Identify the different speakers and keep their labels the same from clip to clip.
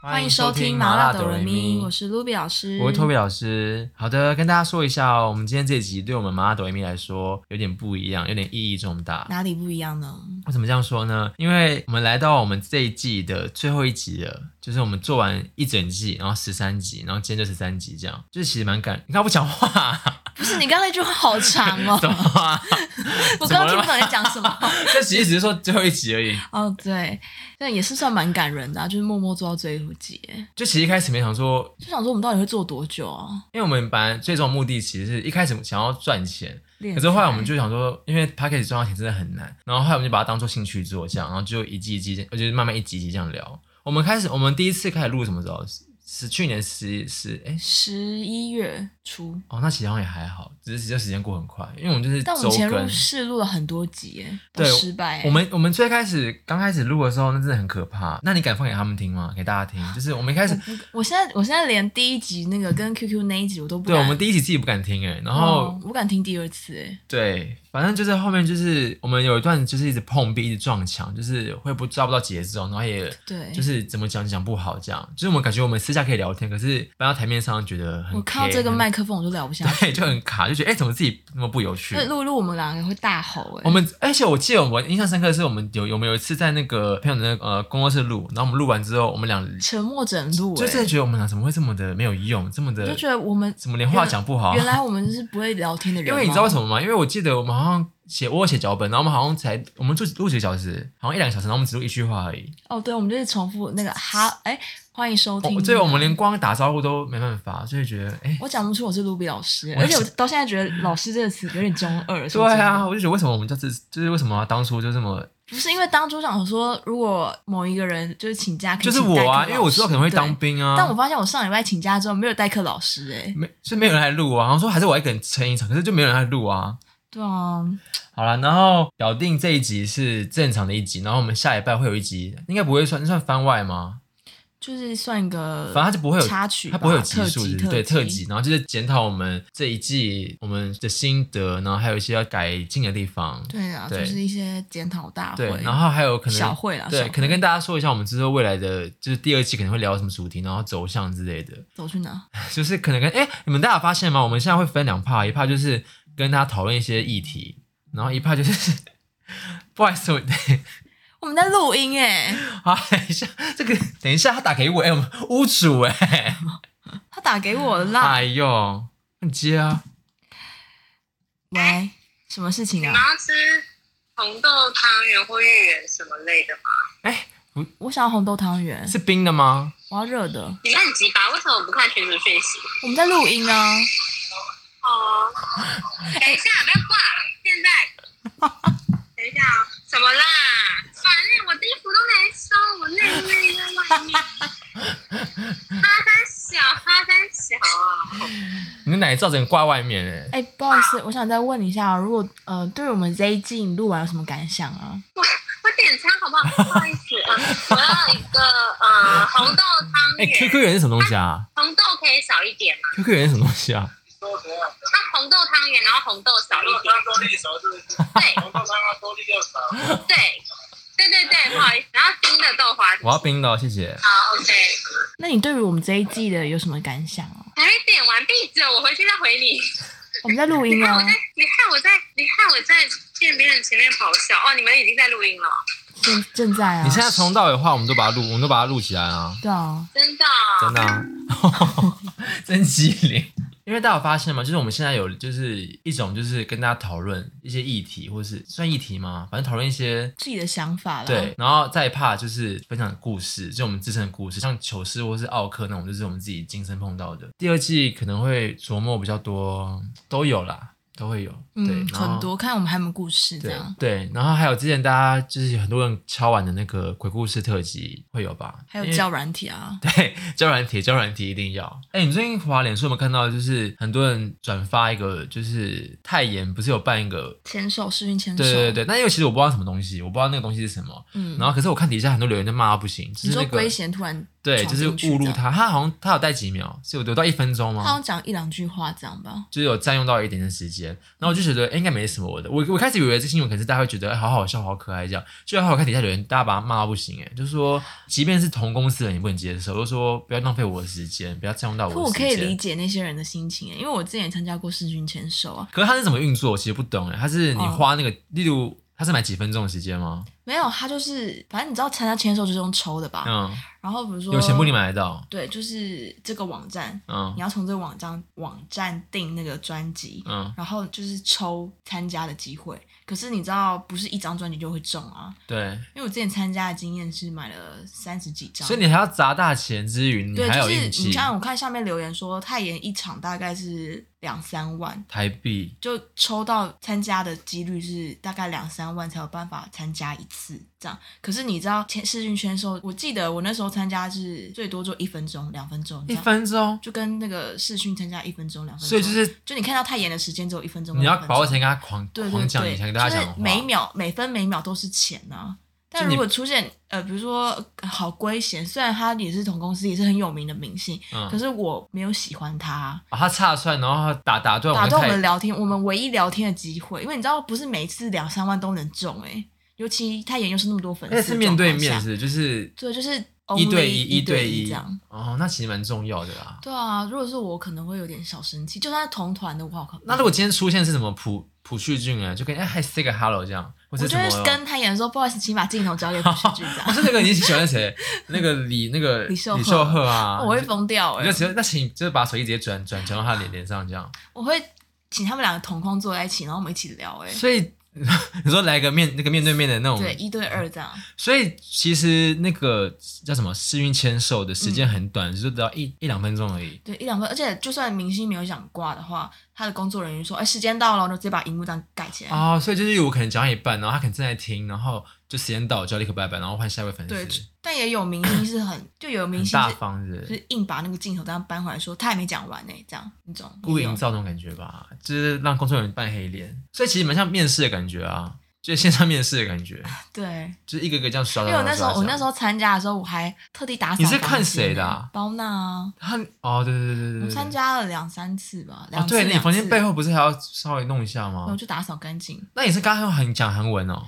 Speaker 1: 欢迎收听麻辣哆瑞咪，我是 Ruby 老师，
Speaker 2: 我是 Toby 老师。好的，跟大家说一下哦，我们今天这集对我们麻辣哆瑞咪来说有点不一样，有点意义重大。
Speaker 1: 哪里不一样呢？
Speaker 2: 为什么这样说呢？因为我们来到我们这一季的最后一集了，就是我们做完一整季，然后十三集，然后今天就十三集，这样就是其实蛮感。你看我不讲话，
Speaker 1: 不是你刚才那句话好长哦，
Speaker 2: 什么啊？
Speaker 1: 我刚刚听不懂你在讲什么。
Speaker 2: 这其实只是说最后一集而已。
Speaker 1: 哦，对，但也是算蛮感人的、啊，就是默默做到最后一集，
Speaker 2: 就其实一开始没想说
Speaker 1: 就想说我们到底会做多久啊？
Speaker 2: 因为我们本来最终的目的其实是一开始想要赚钱，
Speaker 1: 练
Speaker 2: 可是后来我们
Speaker 1: 才
Speaker 2: 就想说，因为 p a c k a g e 赚到钱真的很难，然后后来我们就把它当做兴趣做这样，然后就一季一季，就是慢慢一集一集这样聊。我们开始，我们第一次开始录什么时候？是是去年十十哎
Speaker 1: 十一月初，
Speaker 2: 哦，那其实好像也还好，只是这时间过很快，因为我们就是
Speaker 1: 但我们
Speaker 2: 周
Speaker 1: 前
Speaker 2: 更
Speaker 1: 入。试录了很多集耶，都
Speaker 2: 对
Speaker 1: 失败耶。
Speaker 2: 我们我们最开始刚开始录的时候，那真的很可怕。那你敢放给他们听吗？给大家听，就是我们一开始
Speaker 1: 我现在我现在连第一集那个跟 QQ 那一集我都不
Speaker 2: 对
Speaker 1: 敢，
Speaker 2: 我们第一集自己不敢听哎、然后
Speaker 1: 哦我不敢听第二次哎，
Speaker 2: 对，反正就是后面就是我们有一段就是一直碰壁，一直撞墙，就是会不抓不到节奏，然后也
Speaker 1: 对，
Speaker 2: 就是怎么讲讲不好这样。就是我们感觉我们私下可以聊天，可是搬到台面上觉得很
Speaker 1: 我看到
Speaker 2: K，
Speaker 1: 这个
Speaker 2: 很
Speaker 1: 麦克风我就聊不下去。
Speaker 2: 对就很卡，就觉得哎、怎么自己那么不有趣
Speaker 1: 那？录一录我们两个会大吼
Speaker 2: 我
Speaker 1: 哎、
Speaker 2: 们而且我记得我印象深刻的是，我们有有没有一次在那个朋友的那个呃工作室录，然后我们录完之后，我们俩
Speaker 1: 沉默整录
Speaker 2: 就
Speaker 1: 哎、
Speaker 2: 真的觉得我们俩怎么会这么的没有用，这么
Speaker 1: 我
Speaker 2: 的
Speaker 1: 就觉得我们
Speaker 2: 怎么连话讲不好？
Speaker 1: 原来我们是不会聊天的
Speaker 2: 啊
Speaker 1: 人
Speaker 2: 因
Speaker 1: 吗，
Speaker 2: 为你知道为什么吗？因为我记得我们好像写我有写脚本，然后我们好像才我们就录几个小时，好像一两个小时，然后我们只录一句话而已。
Speaker 1: 哦，对，我们就是重复那个哈哎，欢迎收听，
Speaker 2: 哦所以我们连光打招呼都没办法，所以觉得哎、
Speaker 1: 我讲不出我是卢比老师，
Speaker 2: 我
Speaker 1: 而且我到现在觉得老师这个词有点中二，说
Speaker 2: 对
Speaker 1: 真的
Speaker 2: 啊，我就觉得为什么我们就是就是为什么当初就这么
Speaker 1: 不是因为当初想说，如果某一个人就是请假，可以
Speaker 2: 就是
Speaker 1: 请代
Speaker 2: 我啊，
Speaker 1: 课
Speaker 2: 因为我知道可能会当
Speaker 1: 老师。
Speaker 2: 兵
Speaker 1: 对
Speaker 2: 啊，
Speaker 1: 但我发现我上礼拜请假之后没有代课老师哎、
Speaker 2: 没所以没有人来录啊，然后说还是我一个人撑一场，可是就没有人来录啊。
Speaker 1: 对啊，
Speaker 2: 好了，然后咬定这一集是正常的一集，然后我们下礼拜会有一集，应该不会算算番外吗？
Speaker 1: 就是算一个，
Speaker 2: 反正它就不会有
Speaker 1: 插曲吧，
Speaker 2: 它不会有集
Speaker 1: 特
Speaker 2: 数
Speaker 1: 辑，
Speaker 2: 的，对特
Speaker 1: 特
Speaker 2: 辑，，然后就是检讨我们这一季我们的心得，然后还有一些要改进的地方，
Speaker 1: 对啊，
Speaker 2: 对
Speaker 1: 就是一些检讨大会，
Speaker 2: 对，然后还有可
Speaker 1: 小
Speaker 2: 能
Speaker 1: 会啦，小
Speaker 2: 对，
Speaker 1: 会
Speaker 2: 可能跟大家说一下我们之后未来的就是第二季可能会聊什么主题，然后走向之类的，
Speaker 1: 走去哪？
Speaker 2: 就是可能跟哎，你们大家有发现吗？我们现在会分两 part，一 part 就是跟大家讨论一些议题，然后一 part 就是 不好意思，我
Speaker 1: 我们在录音哎、
Speaker 2: 好等一下这个等一下他打给我，哎，我们屋主哎，
Speaker 1: 他打给我啦，
Speaker 2: 哎呦，你接啊。
Speaker 1: 喂，什么事情
Speaker 3: 你
Speaker 1: 啊
Speaker 3: 们？要吃红豆汤圆或芋圆什么类的吗？
Speaker 1: 我想要红豆汤圆，
Speaker 2: 是冰的吗？
Speaker 1: 我要热的。
Speaker 3: 你们很急吧？为什么不看群主讯息？
Speaker 1: 我们在录音啊，
Speaker 3: 哦，
Speaker 2: 哎
Speaker 3: 等一下，不要挂，现在。 等一下哦，怎么啦？反正我的衣服都没收，我内内在外面。哈三小，哈三小啊！
Speaker 2: 你的奶罩整个挂外面哎、
Speaker 1: 哎、不好意思，我想再问一下，如果呃，对于我们这一季你录完有什么感想啊？
Speaker 3: 我点餐好不好？不好意思，嗯，我要一个呃红豆汤
Speaker 2: 哎、q
Speaker 3: 圆，
Speaker 2: q 圆是什么东西啊
Speaker 3: 红豆可以少一点吗？
Speaker 2: ？QQ 圆是什么东西啊？
Speaker 3: 它红豆汤圆，然后红豆少一点。
Speaker 4: 战斗力少是不是？
Speaker 3: 对
Speaker 4: 红豆汤要多力要少。
Speaker 3: 对，对对
Speaker 2: 嗯
Speaker 3: 对，不好意思，然后冰的豆花。
Speaker 2: 我要冰的哦，谢谢。
Speaker 3: 好，OK，
Speaker 1: 那你对于我们这一季的有什么感想啊？
Speaker 3: 还没点完，闭嘴，我回去再回你。
Speaker 1: 我们在录
Speaker 2: 嗯
Speaker 3: 你
Speaker 1: 音
Speaker 3: 看
Speaker 1: 啊
Speaker 3: 我在，，你看我在，你看我在见别人前面咆哮。哦，你们已经在录音了，
Speaker 1: 正正在啊
Speaker 2: 你，现在从头到尾的话，我们都把它录，我们都把它录起来啊，
Speaker 1: 对啊，
Speaker 3: 真的。
Speaker 2: 真的、啊， 真机灵。因为大家有发现吗？就是我们现在有就是一种就是跟大家讨论一些议题，或是算议题吗？反正讨论一些
Speaker 1: 自己的想法啦。
Speaker 2: 对，，然后再怕就是分享故事，就我们自身的故事，像糗事或是奥克那种，就是我们自己亲身碰到的。第二季可能会琢磨比较多，都有啦，都会有。对
Speaker 1: 嗯，，
Speaker 2: 然后
Speaker 1: 很多，看我们还有没有故事这
Speaker 2: 对
Speaker 1: 样。
Speaker 2: 对，然后还有之前大家就是很多人敲完的那个鬼故事特辑会有吧？
Speaker 1: 还有
Speaker 2: 因为
Speaker 1: 教软体啊，
Speaker 2: 对 教软体，教软体一定要。哎，你最近滑脸书有没有看到？就是很多人转发一个，就是泰妍不是有办一个？
Speaker 1: 牵手视讯牵手，
Speaker 2: 对对对，那因为其实我不知道什么东西，我不知道那个东西是什么。
Speaker 1: 嗯，
Speaker 2: 然后可是我看底下很多留言在骂到不行，就
Speaker 1: 你
Speaker 2: 是
Speaker 1: 说
Speaker 2: 那个嗯
Speaker 1: 龟贤突然
Speaker 2: 对，
Speaker 1: 闯
Speaker 2: 就是
Speaker 1: 进去
Speaker 2: 误入
Speaker 1: 这样
Speaker 2: 他，他好像他有待几秒，是有留到一分钟
Speaker 1: 他
Speaker 2: 吗？
Speaker 1: 好像讲一两句话这样吧。
Speaker 2: 就是有占用到一点点时间，然后我就觉得、诶应该没什么我的，我我开始以为这新闻可能是大家会觉得、诶好好笑、好可爱这样，就后来我看底下有人大家把他骂到不行、诶就是说即便是同公司的人也不能接受，就说不要浪费我的时间，不要占用到
Speaker 1: 可
Speaker 2: 我
Speaker 1: 我
Speaker 2: 的时
Speaker 1: 可
Speaker 2: 间。
Speaker 1: 以理解那些人的心情，欸因为我之前也参加过世军签售啊，
Speaker 2: 可是他是怎么运作？我其实不懂诶，欸他是你
Speaker 1: 哦
Speaker 2: 花那个，例如他是买几分钟的时间吗？
Speaker 1: 没有他就是，反正你知道参加签售就是用抽的吧，
Speaker 2: 嗯，
Speaker 1: 然后比如说
Speaker 2: 有钱不一定，买得到。
Speaker 1: 对，就是这个网站，
Speaker 2: 嗯
Speaker 1: 你要从这个网站网站订那个专辑，
Speaker 2: 嗯，
Speaker 1: 然后就是抽参加的机会。可是你知道，不是一张专辑就会中啊，
Speaker 2: 对，
Speaker 1: 因为我之前参加的经验是买了三十几张，
Speaker 2: 所以你还要砸大钱之余，你
Speaker 1: 对，
Speaker 2: 还
Speaker 1: 就
Speaker 2: 有
Speaker 1: 是
Speaker 2: 运气。
Speaker 1: 你像我看下面留言说，泰妍一场大概是两三万，
Speaker 2: 台币，
Speaker 1: 就抽到参加的几率是大概两三万才有办法参加一次这样。可是你知道签试训签售，我记得我那时候参加是最多就一分钟、两分钟，
Speaker 2: 一
Speaker 1: 你知道
Speaker 2: 分钟，
Speaker 1: 就跟那个试训参加一分钟、两分钟，
Speaker 2: 所以就是
Speaker 1: 就你看到太严的时间只有一分钟，
Speaker 2: 你要
Speaker 1: 两分钟
Speaker 2: 把握时间跟他狂
Speaker 1: 对
Speaker 2: 狂
Speaker 1: 对
Speaker 2: 讲，
Speaker 1: 对，
Speaker 2: 你才跟大家
Speaker 1: 就
Speaker 2: 讲
Speaker 1: 是
Speaker 2: 话。
Speaker 1: 每秒每分每秒都是钱啊。但
Speaker 2: 就你
Speaker 1: 如果出现呃，比如说呃好龟贤，虽然他也是同公司，也是很有名的明星，
Speaker 2: 嗯
Speaker 1: 可是我没有喜欢他，
Speaker 2: 把啊他岔出来，然后他打打断我
Speaker 1: 打
Speaker 2: 们
Speaker 1: 断我
Speaker 2: 太
Speaker 1: 们聊天，我们唯一聊天的机会，因为你知道，不是每次两三万都能中哎、尤其他也又是那么多粉
Speaker 2: 而且
Speaker 1: 丝，
Speaker 2: 是面对面，是，不是就是
Speaker 1: 对，就是
Speaker 2: 一
Speaker 1: only
Speaker 2: 对一、
Speaker 1: 一
Speaker 2: 对
Speaker 1: 一
Speaker 2: 一
Speaker 1: 这样。
Speaker 2: 哦，那其实蛮重要的啦。
Speaker 1: 对啊，如果是我，可能会有点小生气，就算是同团的，我好可
Speaker 2: 那如果今天出现是什么朴朴叙俊啊，就跟哎嗨 say 个 hello 这样，或
Speaker 1: 我
Speaker 2: 者
Speaker 1: 就
Speaker 2: 什么
Speaker 1: 会，跟他演说，不好意思，请把镜头交给朴叙俊这
Speaker 2: 我
Speaker 1: 样，
Speaker 2: 是那个你喜欢谁？那个李那个
Speaker 1: 李秀
Speaker 2: 李
Speaker 1: 赫
Speaker 2: 秀赫 啊，
Speaker 1: 我会疯掉
Speaker 2: 你
Speaker 1: 哎、
Speaker 2: 就。你就直接那请就是把手机直接转转转到他脸脸上这样。
Speaker 1: 我会请他们两个同框坐在一起，然后我们一起聊、欸，哎，
Speaker 2: 所以 你说来个面那个面对面的那种
Speaker 1: 对，一对二这样，
Speaker 2: 所以其实那个叫什么试运签售的时间很短，就只要一一两分钟而已。
Speaker 1: 对一两分，而且就算明星没有想挂的话，他的工作人员说，哎、时间到了，然后直接把荧幕这样盖起来，
Speaker 2: 哦，所以就是我可能讲到一半，然后他可能正在听，然后就时间到了就要立刻拜拜，然后换下一位粉
Speaker 1: 对
Speaker 2: 丝，，
Speaker 1: 但也有明星是很，就有明
Speaker 2: 很
Speaker 1: 星
Speaker 2: 大
Speaker 1: 是
Speaker 2: 方的
Speaker 1: 就，是硬把那个镜头这样搬回来说，他还没讲完呢、欸，这样你懂？
Speaker 2: 故意
Speaker 1: 也有
Speaker 2: 营造这种感觉吧，就是让工作人员扮黑脸，所以其实蛮像面试的感觉啊，就是线上面试的感觉，
Speaker 1: 对，
Speaker 2: 就是一个个这样刷
Speaker 1: 因
Speaker 2: 刷
Speaker 1: 为我
Speaker 2: 刷
Speaker 1: 那时候
Speaker 2: 刷。
Speaker 1: 我那时候参加的时候，我还特地打扫
Speaker 2: 啊你
Speaker 1: 房
Speaker 2: 是
Speaker 1: 间欸。
Speaker 2: 看谁的啊
Speaker 1: 包娜啊，
Speaker 2: 他哦，对对对对对
Speaker 1: 我
Speaker 2: 对，
Speaker 1: 参加了两三次吧，
Speaker 2: 哦
Speaker 1: 两，次。
Speaker 2: 对，你房间背
Speaker 1: 后，
Speaker 2: 后不是还要稍微弄一下
Speaker 1: 我
Speaker 2: 吗？
Speaker 1: 就打扫干净。
Speaker 2: 那你是刚刚很讲韩文哦，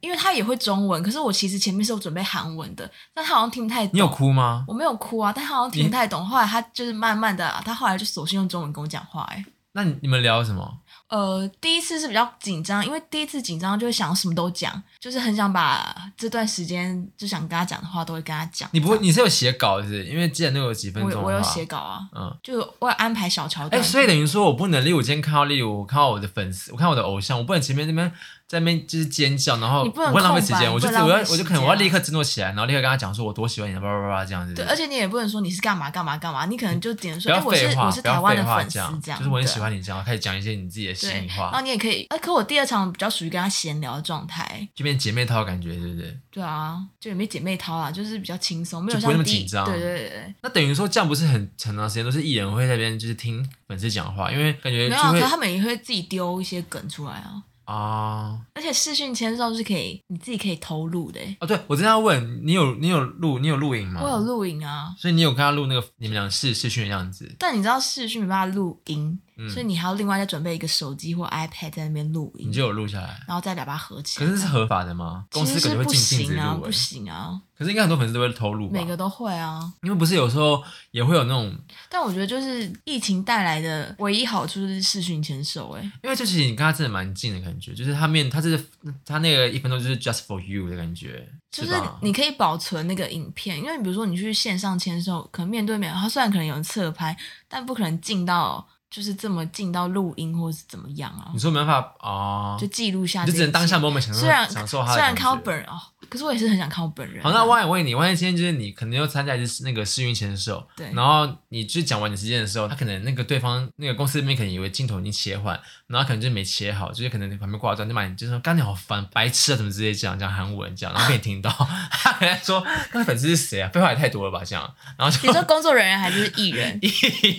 Speaker 1: 因为他也会中文，可是我其实前面是有准备韩文的，但他好像听不太懂。
Speaker 2: 你有？哭吗？
Speaker 1: 我没有哭啊，但他好像听不太懂。后来他就是慢慢的、他后来就索性用中文跟我讲话、哎，
Speaker 2: 那你你们聊什么？
Speaker 1: 呃，第一次是比较紧张，因为第一次紧张就会想什么都讲，就是很想把这段时间就想跟他讲的话都会跟他讲。
Speaker 2: 你不
Speaker 1: 这
Speaker 2: 会
Speaker 1: 样
Speaker 2: 你是有写稿是不是？因为既然都有几分
Speaker 1: 我
Speaker 2: 钟的
Speaker 1: 有
Speaker 2: 话，
Speaker 1: 我有写稿啊，
Speaker 2: 嗯，
Speaker 1: 就我有安排小桥
Speaker 2: 哎、
Speaker 1: 段。
Speaker 2: 所以等于说我不能，例如我今天看到，例如我看到我的粉丝，我看到我的偶像，我不能前面那边在那边就是尖叫，然后
Speaker 1: 你不能
Speaker 2: 我会浪费
Speaker 1: 空
Speaker 2: 时
Speaker 1: 白
Speaker 2: 间，我就
Speaker 1: 你
Speaker 2: 我
Speaker 1: 不能
Speaker 2: 要
Speaker 1: 浪费
Speaker 2: 我就可能
Speaker 1: 时间啊
Speaker 2: 我要立刻振作起来，然后立刻跟他讲说我多喜欢你，叭叭叭叭这样子。
Speaker 1: 对，而且你也不能说你是干嘛干嘛干嘛，你可能就只能
Speaker 2: 不
Speaker 1: 说，哎、
Speaker 2: 要
Speaker 1: 我是
Speaker 2: 废话，
Speaker 1: 我是
Speaker 2: 不
Speaker 1: 台
Speaker 2: 要
Speaker 1: 湾
Speaker 2: 废
Speaker 1: 的
Speaker 2: 话，
Speaker 1: 粉丝
Speaker 2: 这样
Speaker 1: 这样，
Speaker 2: 就是我很
Speaker 1: 对
Speaker 2: 喜欢你这样，开始讲一些你自己的心
Speaker 1: 对
Speaker 2: 里，
Speaker 1: 然后
Speaker 2: 话，
Speaker 1: 你也可以，哎、可我第二场比较属于跟他闲聊的状态，
Speaker 2: 就变姐妹淘的感觉，对不对？
Speaker 1: 对啊，就也没姐妹掏啦，就是比较轻松，没有
Speaker 2: 就不会那
Speaker 1: 像
Speaker 2: 么
Speaker 1: 第一
Speaker 2: 紧张
Speaker 1: 对对对对，
Speaker 2: 那等于说这样不是很很长时间都是艺人会在那边就是听粉丝讲话，因为感觉
Speaker 1: 没
Speaker 2: 就
Speaker 1: 有啊，
Speaker 2: 会
Speaker 1: 可他们也会自己丢一些梗出来啊。
Speaker 2: 啊。
Speaker 1: 而且视讯签售是可以，你自己可以偷录的欸、
Speaker 2: 哦，对，我真的要问你有你有录你有录影吗？
Speaker 1: 我有录影啊，
Speaker 2: 所以你有跟他录那个你们俩试试训的样子，
Speaker 1: 但你知道视讯没办法录音，
Speaker 2: 嗯
Speaker 1: 所以你还要另外再准备一个手机或 iPad 在那边录音，
Speaker 2: 你就有录下来。
Speaker 1: 然后再把它合起
Speaker 2: 可
Speaker 1: 来。
Speaker 2: 是是合法的吗？公司
Speaker 1: 其实
Speaker 2: 可
Speaker 1: 是
Speaker 2: 能会
Speaker 1: 不
Speaker 2: 禁禁止
Speaker 1: 行啊，
Speaker 2: 录、
Speaker 1: 不
Speaker 2: 欸。
Speaker 1: 行啊，
Speaker 2: 可是应该很多粉丝都会偷录吧
Speaker 1: 每？个都会啊。
Speaker 2: 因为不是有时候也会有那种，
Speaker 1: 但我觉得就是疫情带来的唯一好处就是视讯签售、欸，
Speaker 2: 因为就是你跟他真的蛮近的感觉，就是他面他就是他那个一分钟就是 just for you 的感觉，
Speaker 1: 就是
Speaker 2: 吧？
Speaker 1: 你可以保存那个影片，因为比如说你去线上签售，可能面对面，它虽然可能有人侧拍，但不可能近到就是这么近到录音或是怎么样啊
Speaker 2: 你，说没办法啊，
Speaker 1: 就记录下
Speaker 2: 你
Speaker 1: 这
Speaker 2: 就
Speaker 1: 一切。
Speaker 2: 只能当下 moment 享受
Speaker 1: 虽然
Speaker 2: 享受他的
Speaker 1: 虽然
Speaker 2: 感
Speaker 1: 看到
Speaker 2: 觉
Speaker 1: 本人哦，可是我也是很想看我本人啊。
Speaker 2: 好，那万一我问你，万一今天就是你可能又参加一次那个试运签售，
Speaker 1: 对
Speaker 2: 然后你去讲完你时间的时候，他可能那个对方那个公司那边可能以为镜头已经切换，然后可能就没切好，就是可能旁边挂断，就把你就说刚你好烦，白痴啊，怎么直接讲讲韩文这样，然后被你听到， 他可能说那粉丝是谁啊？废话也太多了吧这样，然后
Speaker 1: 你
Speaker 2: 就？
Speaker 1: 说工作人员还是艺人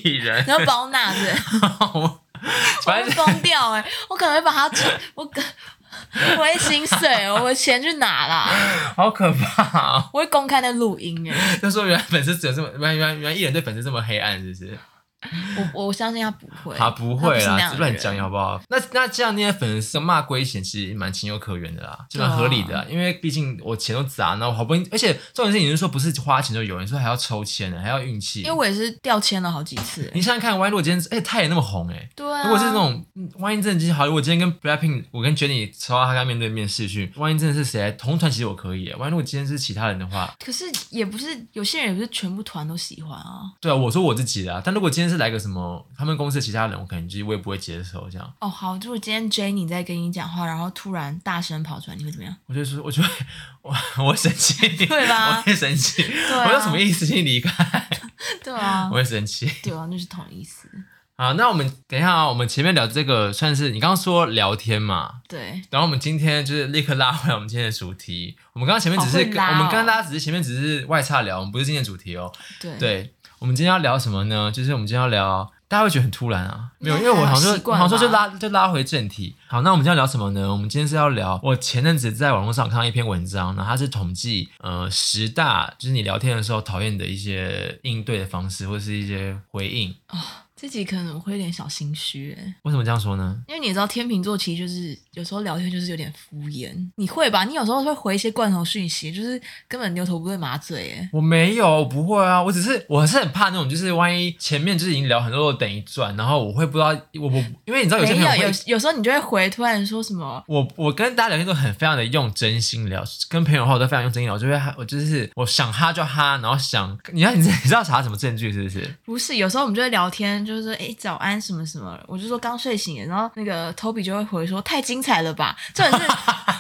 Speaker 2: 一人，
Speaker 1: 然后包娜是不是，
Speaker 2: 然后我
Speaker 1: 我
Speaker 2: 反
Speaker 1: 会
Speaker 2: 正
Speaker 1: 欸疯掉哎、我可能会把他传，我可 我会心碎，哦我钱去哪啦？
Speaker 2: 好可怕、哦！
Speaker 1: 我会公开的录音哎，
Speaker 2: 就说原来粉丝只有这么，原来原来原来艺人对粉丝这么黑暗，是不是？
Speaker 1: 我我相信他不会，
Speaker 2: 啊，不会
Speaker 1: 他不是那
Speaker 2: 啦
Speaker 1: 样，的
Speaker 2: 乱
Speaker 1: 人
Speaker 2: 讲好不好？那那这样那些粉丝骂龟贤其实蛮情有可原的啦，就蛮合理
Speaker 1: 哦
Speaker 2: 的啊、因为毕竟我钱都砸，那我好不容易，而且重点是你是说不是花钱就有，你说还要抽签呢，还要运气
Speaker 1: 因为。我也是掉签了好几次欸。
Speaker 2: 你想想看，万一如果今天，哎、他也那么红哎、
Speaker 1: 对啊，
Speaker 2: 如果是那种，嗯万一真的今天好，如果今天跟 Blackpink，我跟 Jennie 抽到他跟面对面试去，万一真的是谁来同团，其实我可以、欸。万一如果今天是其他人的话，
Speaker 1: 可是也不是有些人也不是全部团都喜欢啊。
Speaker 2: 对啊，我说我自己啦。但如果今天是来个什么他们公司的其他人，我可能就是我也不会接受这样。
Speaker 1: 哦，好，如果今天 Jenny 在跟你讲话，然后突然大声跑出来，你会 怎么样？
Speaker 2: 我就说，我就会，我我会生气，
Speaker 1: 对吧
Speaker 2: 我会生气，
Speaker 1: 对啊
Speaker 2: 我有什么意思？先离开，
Speaker 1: 对啊
Speaker 2: 我，会生气。
Speaker 1: 对啊，那是同意思。
Speaker 2: 好，那我们等一下啊，我们前面聊这个算是你刚刚说聊天嘛，
Speaker 1: 对，
Speaker 2: 然后我们今天就是立刻拉回来我们今天的主题。我们刚刚前面只是
Speaker 1: 好会
Speaker 2: 跟、
Speaker 1: 拉哦
Speaker 2: 我们刚刚大家只是前面只是外差聊，我们不是今天的主题哦。
Speaker 1: 对，
Speaker 2: 对，我们今天要聊什么呢？就是我们今天要聊，大家会觉得很突然啊，没有，因为我好像
Speaker 1: 习
Speaker 2: 就
Speaker 1: 惯
Speaker 2: 好
Speaker 1: 了吧
Speaker 2: 像说就拉就拉回正题。好，那我们今天要聊什么呢？我们今天是要聊，我前阵子在网络上看到一篇文章，然后它是统计呃十大，就是你聊天的时候讨厌的一些应对的方式，或是一些回应。
Speaker 1: 这集可能我会有点小心虚哎，
Speaker 2: 为什么这样说呢？
Speaker 1: 因为你也知道天秤座其实就是有时候聊天就是有点敷衍，你会吧？你有时候会回一些罐头讯息，就是根本牛头不对马嘴哎。
Speaker 2: 我没有，我不会啊，我只是我是很怕那种，就是万一前面就是已经聊很多，等一转，然后我会不知道，我我因为你知道有些
Speaker 1: 没
Speaker 2: 朋友
Speaker 1: 有，
Speaker 2: 会
Speaker 1: 有有时候你就会回，突然说什么
Speaker 2: 我我跟大家聊天都很非常的用真心聊，跟朋友的话我都非常用真心聊，我就会哈我就是我想哈就哈，然后想你要你 知你知道查什么证据是不是？
Speaker 1: 不是，有时候我们就会聊天，就是说，哎、早安什么什么，我就说刚睡醒欸耶，然后那个 Toby 就会回说，太精彩了吧，这点是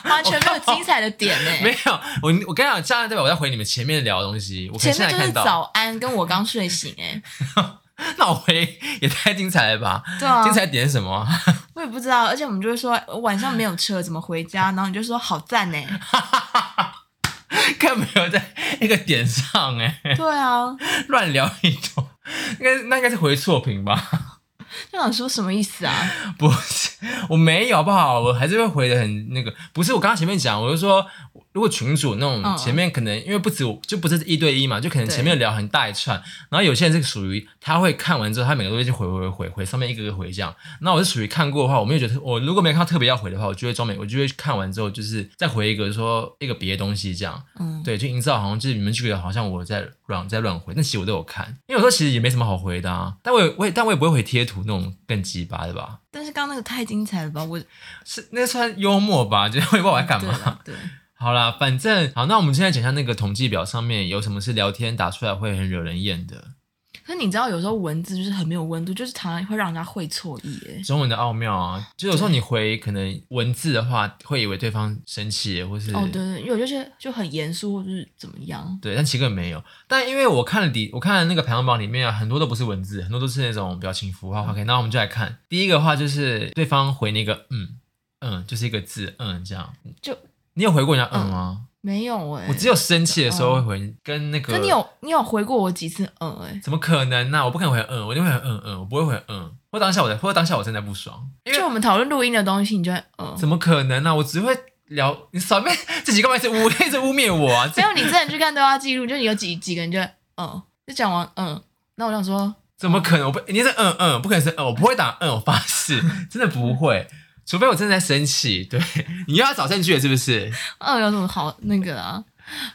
Speaker 1: 完全没有精彩的点欸呢、
Speaker 2: 没有，我我跟你讲，这样代表我在回你们前面聊的东西，我可以
Speaker 1: 前
Speaker 2: 现
Speaker 1: 面
Speaker 2: 在
Speaker 1: 就是
Speaker 2: 看到，
Speaker 1: 早安，跟我刚睡醒，哎，
Speaker 2: 那我回也太精彩了吧？
Speaker 1: 对啊
Speaker 2: 精，彩点是什么？啊
Speaker 1: 我也不知道，而且我们就会说呃晚上没有车怎么回家，然后你就说好赞欸呢，
Speaker 2: 看没有在那个点上哎、
Speaker 1: 对啊，
Speaker 2: 乱聊一通，应该那应该是回错评吧？
Speaker 1: 就想说什么意思啊？
Speaker 2: 不是， 我没有，好不好？我还是会回的很那个。不是，我刚刚前面讲，我就说，如果群主那
Speaker 1: 嗯
Speaker 2: 种前面可能、因为不止我就不是一对一嘛，就可能
Speaker 1: 对
Speaker 2: 前面聊很大一串，然后有些人是属于他会看完之后，他每个都会去回回回回上面一个个回这样。那我是属于看过的话，我没有觉得我如果没看到特别要回的话，我就会装没，我就会看完之后就是再回一个说一个别的东西这样。
Speaker 1: 嗯，
Speaker 2: 对，就营造好像就是你们就觉得好像我在乱在乱回，那其实我都有看，因为有时候其实也没什么好回的啊。但我也我也但我也不会回贴图那种更鸡巴的吧。
Speaker 1: 但是刚刚那个太精彩了 吧？我
Speaker 2: 是那算幽默吧？就是我也不知道我在干
Speaker 1: 对啊
Speaker 2: 嘛
Speaker 1: 了。，对，
Speaker 2: 好啦，反正好，那我们现在讲一下那个统计表上面有什么是聊天打出来会很惹人厌的。
Speaker 1: 可是你知道有时候文字就是很没有温度，就是常常会让人家会错意，哎，
Speaker 2: 中文的奥妙啊，就有时候你回可能文字的话，会以为对方生气，或是
Speaker 1: 哦，对对，因为有就是就很严肃，或者是怎么样，
Speaker 2: 对但其实根本没有。但因为我看了底，我看了那个排行榜里面啊，很多都不是文字，很多都是那种表情符
Speaker 1: 嗯
Speaker 2: 号。OK，那我们就来看第一个话，就是对方回那个嗯嗯，就是一个字嗯这样。
Speaker 1: 就
Speaker 2: 你有回过人家嗯吗？
Speaker 1: 没有哎、
Speaker 2: 我只有生气的时候会回，跟那个。
Speaker 1: 可你有你有回过我几次嗯哎、
Speaker 2: 怎么可能呢、我不可能回嗯，我一定会很嗯嗯，我不会回嗯，或当下我的，或者当下我真的不爽，因
Speaker 1: 就
Speaker 2: 为
Speaker 1: 我们讨论录音的东西，你就会嗯。
Speaker 2: 怎么可能呢、我只会聊你扫 面，这几个嘛一直污一直污蔑我啊，
Speaker 1: 没
Speaker 2: 这
Speaker 1: 有，你之前去看对话记录，就你有几几个人就会嗯，就讲完嗯，那我想说，
Speaker 2: 怎么可能？我不，你是嗯嗯，不可能是嗯，我不会打嗯，我发 誓，真的不会。除非我真的在生气，对，你又要找证据了是不是？
Speaker 1: 嗯，有什么好那 个啊？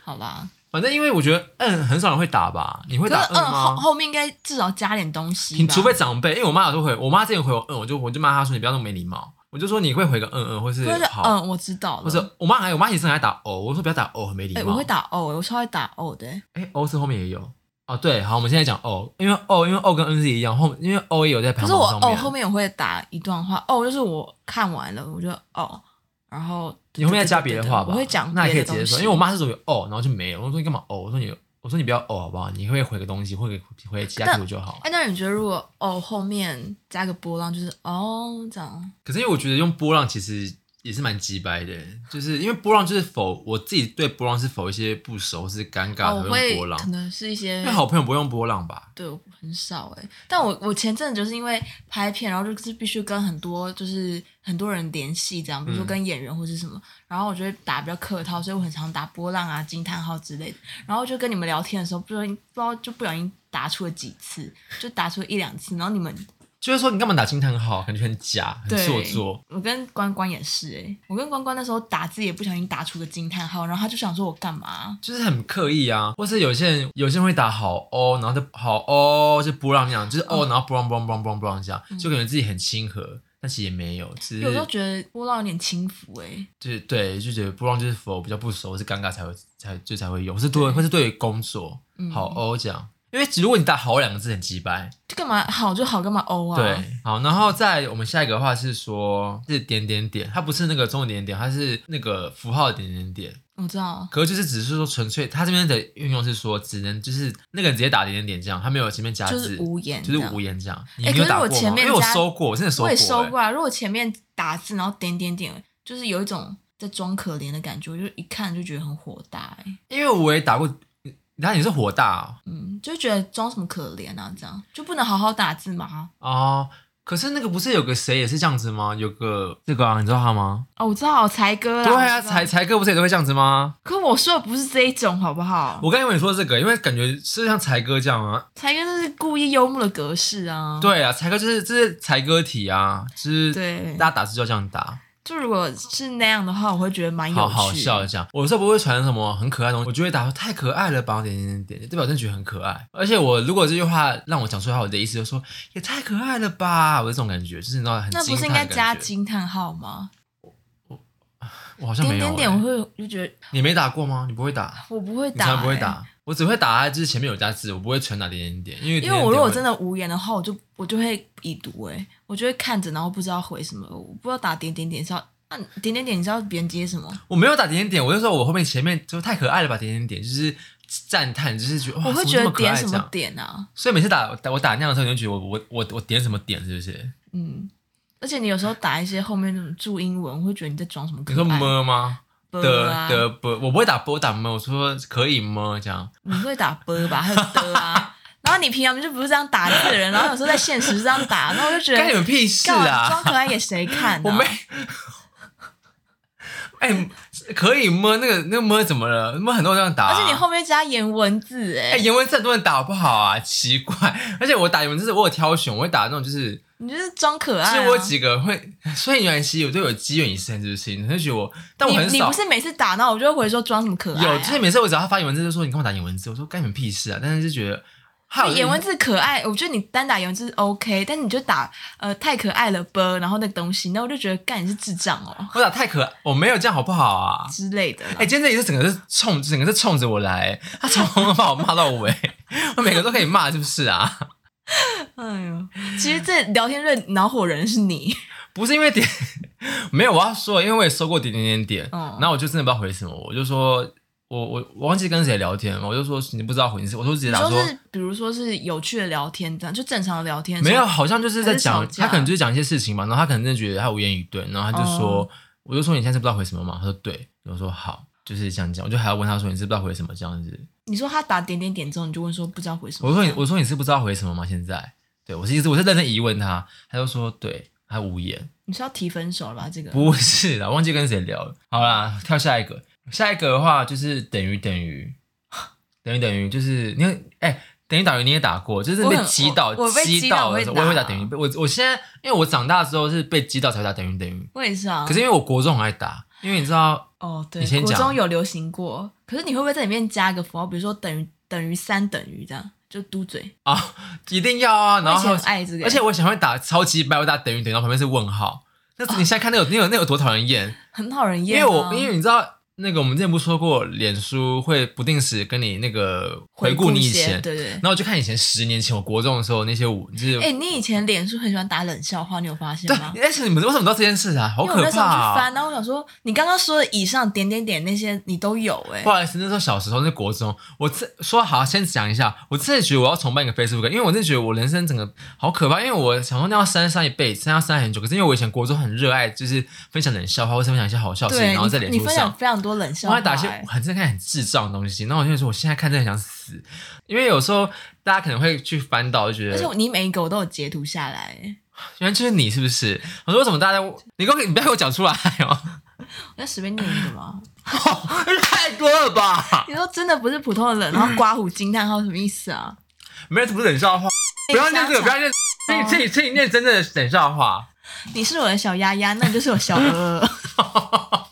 Speaker 1: 好吧，
Speaker 2: 反正因为我觉得嗯很少人会打吧，你会
Speaker 1: 可
Speaker 2: 打
Speaker 1: 是嗯后
Speaker 2: 吗？
Speaker 1: 后面应该至少加点东西
Speaker 2: 你
Speaker 1: 吧。
Speaker 2: 除非长辈，因为我妈有时候回，我妈之前回我嗯，我就我就骂她说你不要那么没礼貌，我就说你会回个嗯嗯，或是
Speaker 1: 或者是
Speaker 2: 好，
Speaker 1: 嗯，我知道了。
Speaker 2: 或者我妈还有我妈也是很爱打哦，我说不要打哦，很没礼
Speaker 1: 哎、
Speaker 2: 貌。
Speaker 1: 我会打哦，我超会打哦的、
Speaker 2: 哎、o 是后面也有哦。对，好，我们现在讲 O，因为 O 因为 O 跟 N 是一样，后因为 O 也有在排
Speaker 1: 可是
Speaker 2: 行
Speaker 1: 我
Speaker 2: 榜上面。啊
Speaker 1: 哦后面我会打一段话哦，就是我看完了，我就哦，然后
Speaker 2: 你后面再加别的话吧。
Speaker 1: 我会讲
Speaker 2: 那也可
Speaker 1: 别
Speaker 2: 以
Speaker 1: 的
Speaker 2: 直接
Speaker 1: 东西
Speaker 2: 说，因为我妈是属于 O，然后就没有。我说你干嘛 O？我说你，我说你不要 O 好不好？你会回个东西，或者回其他
Speaker 1: 但
Speaker 2: 图就好。
Speaker 1: 哎，那你觉得如果哦后面加个波浪，就是哦这样，
Speaker 2: 可是因为我觉得用波浪其实也是蛮鸡掰的，就是因为波浪就是否我自己对波浪是否一些不熟或是尴尬
Speaker 1: 哦，
Speaker 2: 的
Speaker 1: 我
Speaker 2: 会
Speaker 1: 会
Speaker 2: 用波
Speaker 1: 可
Speaker 2: 浪，
Speaker 1: 能是一些
Speaker 2: 因为好朋友不用波浪吧？
Speaker 1: 对，我很少哎、但我我前阵子就是因为拍片，然后就是必须跟很多就是很多人联系，这样，比如说
Speaker 2: 嗯
Speaker 1: 跟演员或是什么，然后我就会打比较客套，所以我很常打波浪啊、惊叹号之类的。然后就跟你们聊天的时候，不小心不知道就不小心打出了几次，就打出了一两次，然后你们
Speaker 2: 就是说你干嘛打惊叹号，感觉很假，很
Speaker 1: 对
Speaker 2: 做作。
Speaker 1: 我跟关关也是哎、我跟关关那时候打字也不小心打出个惊叹号，然后他就想说我干嘛？
Speaker 2: 就是很刻意啊，或是有些人有些人会打好哦，然后就好哦，就波浪那样，就是哦，
Speaker 1: 嗯
Speaker 2: 然后波浪波浪波浪波浪波浪这样，就感觉自己很亲和，但其实也没有，只
Speaker 1: 有时候
Speaker 2: 是
Speaker 1: 觉得波浪有点轻浮哎、
Speaker 2: 就是对，就觉得波浪就是否比较不熟，是尴尬才会才就才会用，或是对，或是对于工作
Speaker 1: 嗯
Speaker 2: 好哦这样，因为如果你打好两个字很鸡掰，
Speaker 1: 就干嘛好就好，干嘛欧啊？
Speaker 2: 对，好，然后再我们下一个的话是说是点点点，它不是那个中文点点点，它是那个符号的点点点，
Speaker 1: 我知道。
Speaker 2: 可是就是只是说纯粹，它这边的运用是说只能就是那个人直接打点点点这样，它没有前面加字，
Speaker 1: 就是无言
Speaker 2: 就是无言这样。你
Speaker 1: 哎
Speaker 2: 没有
Speaker 1: 可是
Speaker 2: 打
Speaker 1: 我
Speaker 2: 过吗？
Speaker 1: 前面
Speaker 2: 因为我
Speaker 1: 加
Speaker 2: 收过，我真的收
Speaker 1: 我
Speaker 2: 过、
Speaker 1: 也
Speaker 2: 欸，
Speaker 1: 收过啊。如果前面打字然后点点点，就是有一种在装可怜的感觉，我就一看就觉得很火大、欸，
Speaker 2: 因为我也打过。然后你是火大
Speaker 1: 嗯，就觉得装什么可怜啊，这样就不能好好打字吗？
Speaker 2: 哦哦，可是那个不是有个谁也是这样子吗？有个那个啊，你知道他吗？
Speaker 1: 哦，我知道，才哥啦
Speaker 2: 对啊，
Speaker 1: 我知道
Speaker 2: 才才哥不是也都会这样子吗？
Speaker 1: 可我说的不是这一种，好不好？
Speaker 2: 我刚才跟你说这个，因为感觉是像才哥这样啊。
Speaker 1: 才哥就是故意幽默的格式啊。
Speaker 2: 对啊，才哥就是这、是才哥体啊，就是
Speaker 1: 对
Speaker 2: 大家打字就要这样打。
Speaker 1: 就如果是那样的话，我会觉得蛮有趣。
Speaker 2: 好好笑这样。我有时候不会传什么很可爱的东西，我就会打说太可爱了吧，点点点点，代表真的觉得很可爱。而且我如果这句话让我讲出来，我的意思就是说也太可爱了吧，我这种感觉就是你知道很
Speaker 1: 那不
Speaker 2: 惊
Speaker 1: 是
Speaker 2: 叹
Speaker 1: 应
Speaker 2: 的
Speaker 1: 该
Speaker 2: 感
Speaker 1: 加
Speaker 2: 觉
Speaker 1: 惊叹号吗？
Speaker 2: 我好像
Speaker 1: 点
Speaker 2: 没有、
Speaker 1: 点
Speaker 2: 欸。
Speaker 1: 点，我会就觉得
Speaker 2: 你没打过吗？你不会打，
Speaker 1: 我不会
Speaker 2: 你
Speaker 1: 打、
Speaker 2: 从来不会
Speaker 1: 欸
Speaker 2: 打。我只会打，就是前面有加字，我不会全打点点点，因为
Speaker 1: 因为我如果真
Speaker 2: 的
Speaker 1: 的无言的话，我就我就会已读哎、我就会看着，然后不知道回什么，我不知道打点点点是要按、点点点，你知道别人接什么？
Speaker 2: 我没有打点点点，我就说我后面前面就太可爱了吧，点点点就是赞叹，就是觉得哇，
Speaker 1: 我会
Speaker 2: 怎
Speaker 1: 觉得
Speaker 2: 么这么可
Speaker 1: 点
Speaker 2: 爱
Speaker 1: 什
Speaker 2: 这
Speaker 1: 么
Speaker 2: 样。
Speaker 1: 点啊，
Speaker 2: 所以每次打打我打那样的时候，你就觉得我我我我点什么点是不是？
Speaker 1: 嗯，而且你有时候打一些后面那种注英文，我会觉得你在装什么可
Speaker 2: 你
Speaker 1: 爱？
Speaker 2: 说么吗？
Speaker 1: 啵
Speaker 2: 的
Speaker 1: 啊？
Speaker 2: 的不，我不会打波打么，我说可以么这样，
Speaker 1: 你会打啵吧？还有的啊？然后你平常就不是这样打字的人，然后有时候在现实这样打，那我就觉得
Speaker 2: 干你们屁事
Speaker 1: 干嘛
Speaker 2: 啊！
Speaker 1: 装可爱给谁看、啊？
Speaker 2: 我没，哎、可以么？那个那个么怎么了？么很多人这样打、啊
Speaker 1: 而且你后面加颜文字哎、
Speaker 2: 哎、颜文字很多人打好不好啊？奇怪，而且我打颜文字，我有挑选，我会打那种就是，
Speaker 1: 你就是装可爱、
Speaker 2: 其
Speaker 1: 啊。
Speaker 2: 实我有几个会，所以原来我都有机缘一生，是不是？你会觉得我，但我很
Speaker 1: 你你
Speaker 2: 少
Speaker 1: 不。是每次打闹，我就会回说装什么可爱、啊？
Speaker 2: 有，就是每次我只要他发颜文字，就说你干嘛打颜文字？我说干你们屁事啊！但是就觉得，还有
Speaker 1: 就颜文字可爱，我觉得你单打颜文字 OK，但你就打呃太可爱了啵，然后那个东西，那我就觉得干你是智障哦
Speaker 2: 我打太可，我没有这样好不好啊？
Speaker 1: 之类的啦。
Speaker 2: 哎、今天这也是整个是冲，整个是冲着我来，他从头把我 骂到尾，我每个都可以骂，是不是啊？
Speaker 1: 哎呦，其实这聊天最恼火人是你，
Speaker 2: 不是因为点， 没有我要说，因为我也收过点点点点，
Speaker 1: 哦
Speaker 2: 然后我就真的不知道回什么，我就说。我我我忘记跟谁聊天了，我就说你不知道回你是，我就直接
Speaker 1: 你
Speaker 2: 打
Speaker 1: 说
Speaker 2: 说
Speaker 1: 是比如说是有趣的聊天这样，就正常的聊天
Speaker 2: 没有，
Speaker 1: 说
Speaker 2: 好像就是在
Speaker 1: 还
Speaker 2: 讲
Speaker 1: 是吵架
Speaker 2: 他可能就是讲一些事情嘛，然后他可能真的觉得他无言以对，然后他就说，
Speaker 1: 哦
Speaker 2: 我就说你现在是不知道回什么嘛，他说对，我说好，就是这样讲，我就还要问他说你是不知道回什么这样子，
Speaker 1: 你说他打点点点之后，你就问说不知道回什么？
Speaker 2: 我说你，我说你是不知道回什么吗？现在，对我是一直我是认真疑问他，他就说对，他无言，
Speaker 1: 你是要提分手了吧？这个
Speaker 2: 不是啦，忘记跟谁聊了。好啦，跳下一个，下一个的话就是等于等于 等于等于，就是你看哎、等于等于你也打过，就是
Speaker 1: 我
Speaker 2: 被
Speaker 1: 很
Speaker 2: 击到
Speaker 1: 我我被击
Speaker 2: 击
Speaker 1: 到
Speaker 2: 到的时候，
Speaker 1: 我
Speaker 2: 我
Speaker 1: 会打
Speaker 2: 也会打等于。我我现在因为我长大之后是被击到才会打等于等于，
Speaker 1: 我也是啊。
Speaker 2: 可是因为我国中很爱打，因为你知道
Speaker 1: 哦，对
Speaker 2: 你，先
Speaker 1: 国
Speaker 2: 讲
Speaker 1: 中有流行过，可是你会不会在里面加一个符号，比如说等于等于三等于这样，就嘟嘴？
Speaker 2: 一定要啊，然
Speaker 1: 我以前
Speaker 2: 后
Speaker 1: 很爱这个，
Speaker 2: 而且我想会打超级白，我打等于
Speaker 1: 啊
Speaker 2: 等于，然后旁边是问号。那你现在看那有那有那有多讨人厌？
Speaker 1: 很讨人
Speaker 2: 因
Speaker 1: 厌啊。
Speaker 2: 为我因为你知道，那个我们之前不是说过，脸书会不定时跟你那个回顾
Speaker 1: 顾
Speaker 2: 你以
Speaker 1: 些
Speaker 2: 前。
Speaker 1: 对对
Speaker 2: 然。后我就看以前十年前我国中的时候那些舞，就是、
Speaker 1: 哎、你以前脸书很喜欢打冷笑话，你有发现
Speaker 2: 对，
Speaker 1: 吗？
Speaker 2: 但是你们为什么知道这件事啊？好
Speaker 1: 因为我
Speaker 2: 可
Speaker 1: 那时候
Speaker 2: 怕、
Speaker 1: 去
Speaker 2: 啊！
Speaker 1: 翻，然后我想说，你刚刚说的以上点点点那些你都有哎、
Speaker 2: 不好意思，那时候小时候那国中，我自说好先讲一下，我真的觉得我要重办一个 Facebook，因为我真的觉得我人生整个好可怕，因为我想说那要删删一辈子，删要删很久，可是因为我以前国中很热爱，就是分享冷笑话，或是分享一些好笑的事情，
Speaker 1: 对，
Speaker 2: 然后在
Speaker 1: 你
Speaker 2: 脸
Speaker 1: 你
Speaker 2: 书
Speaker 1: 分
Speaker 2: 上
Speaker 1: 享。非常多冷笑
Speaker 2: 我
Speaker 1: 话、
Speaker 2: 还打一些
Speaker 1: 哎
Speaker 2: 很真的看很智障的东西，那我就说我现在看真的很想死，因为有时候大家可能会去翻到，就觉得
Speaker 1: 而且你每一个我都有截图下来、哎
Speaker 2: 原来就是你是不是？我说为什么大家你给我你不要给我讲出来哦，
Speaker 1: 我再随便念一个吗？
Speaker 2: 太多了吧？
Speaker 1: 你说真的不是普通的冷，然后刮胡惊叹号什么意思啊？
Speaker 2: 没有，这不是冷笑话，不要念这个，不要念，这
Speaker 1: 哦
Speaker 2: 这这这念真正的冷笑话。
Speaker 1: 你是我的小丫丫，那你就是我小 鹅。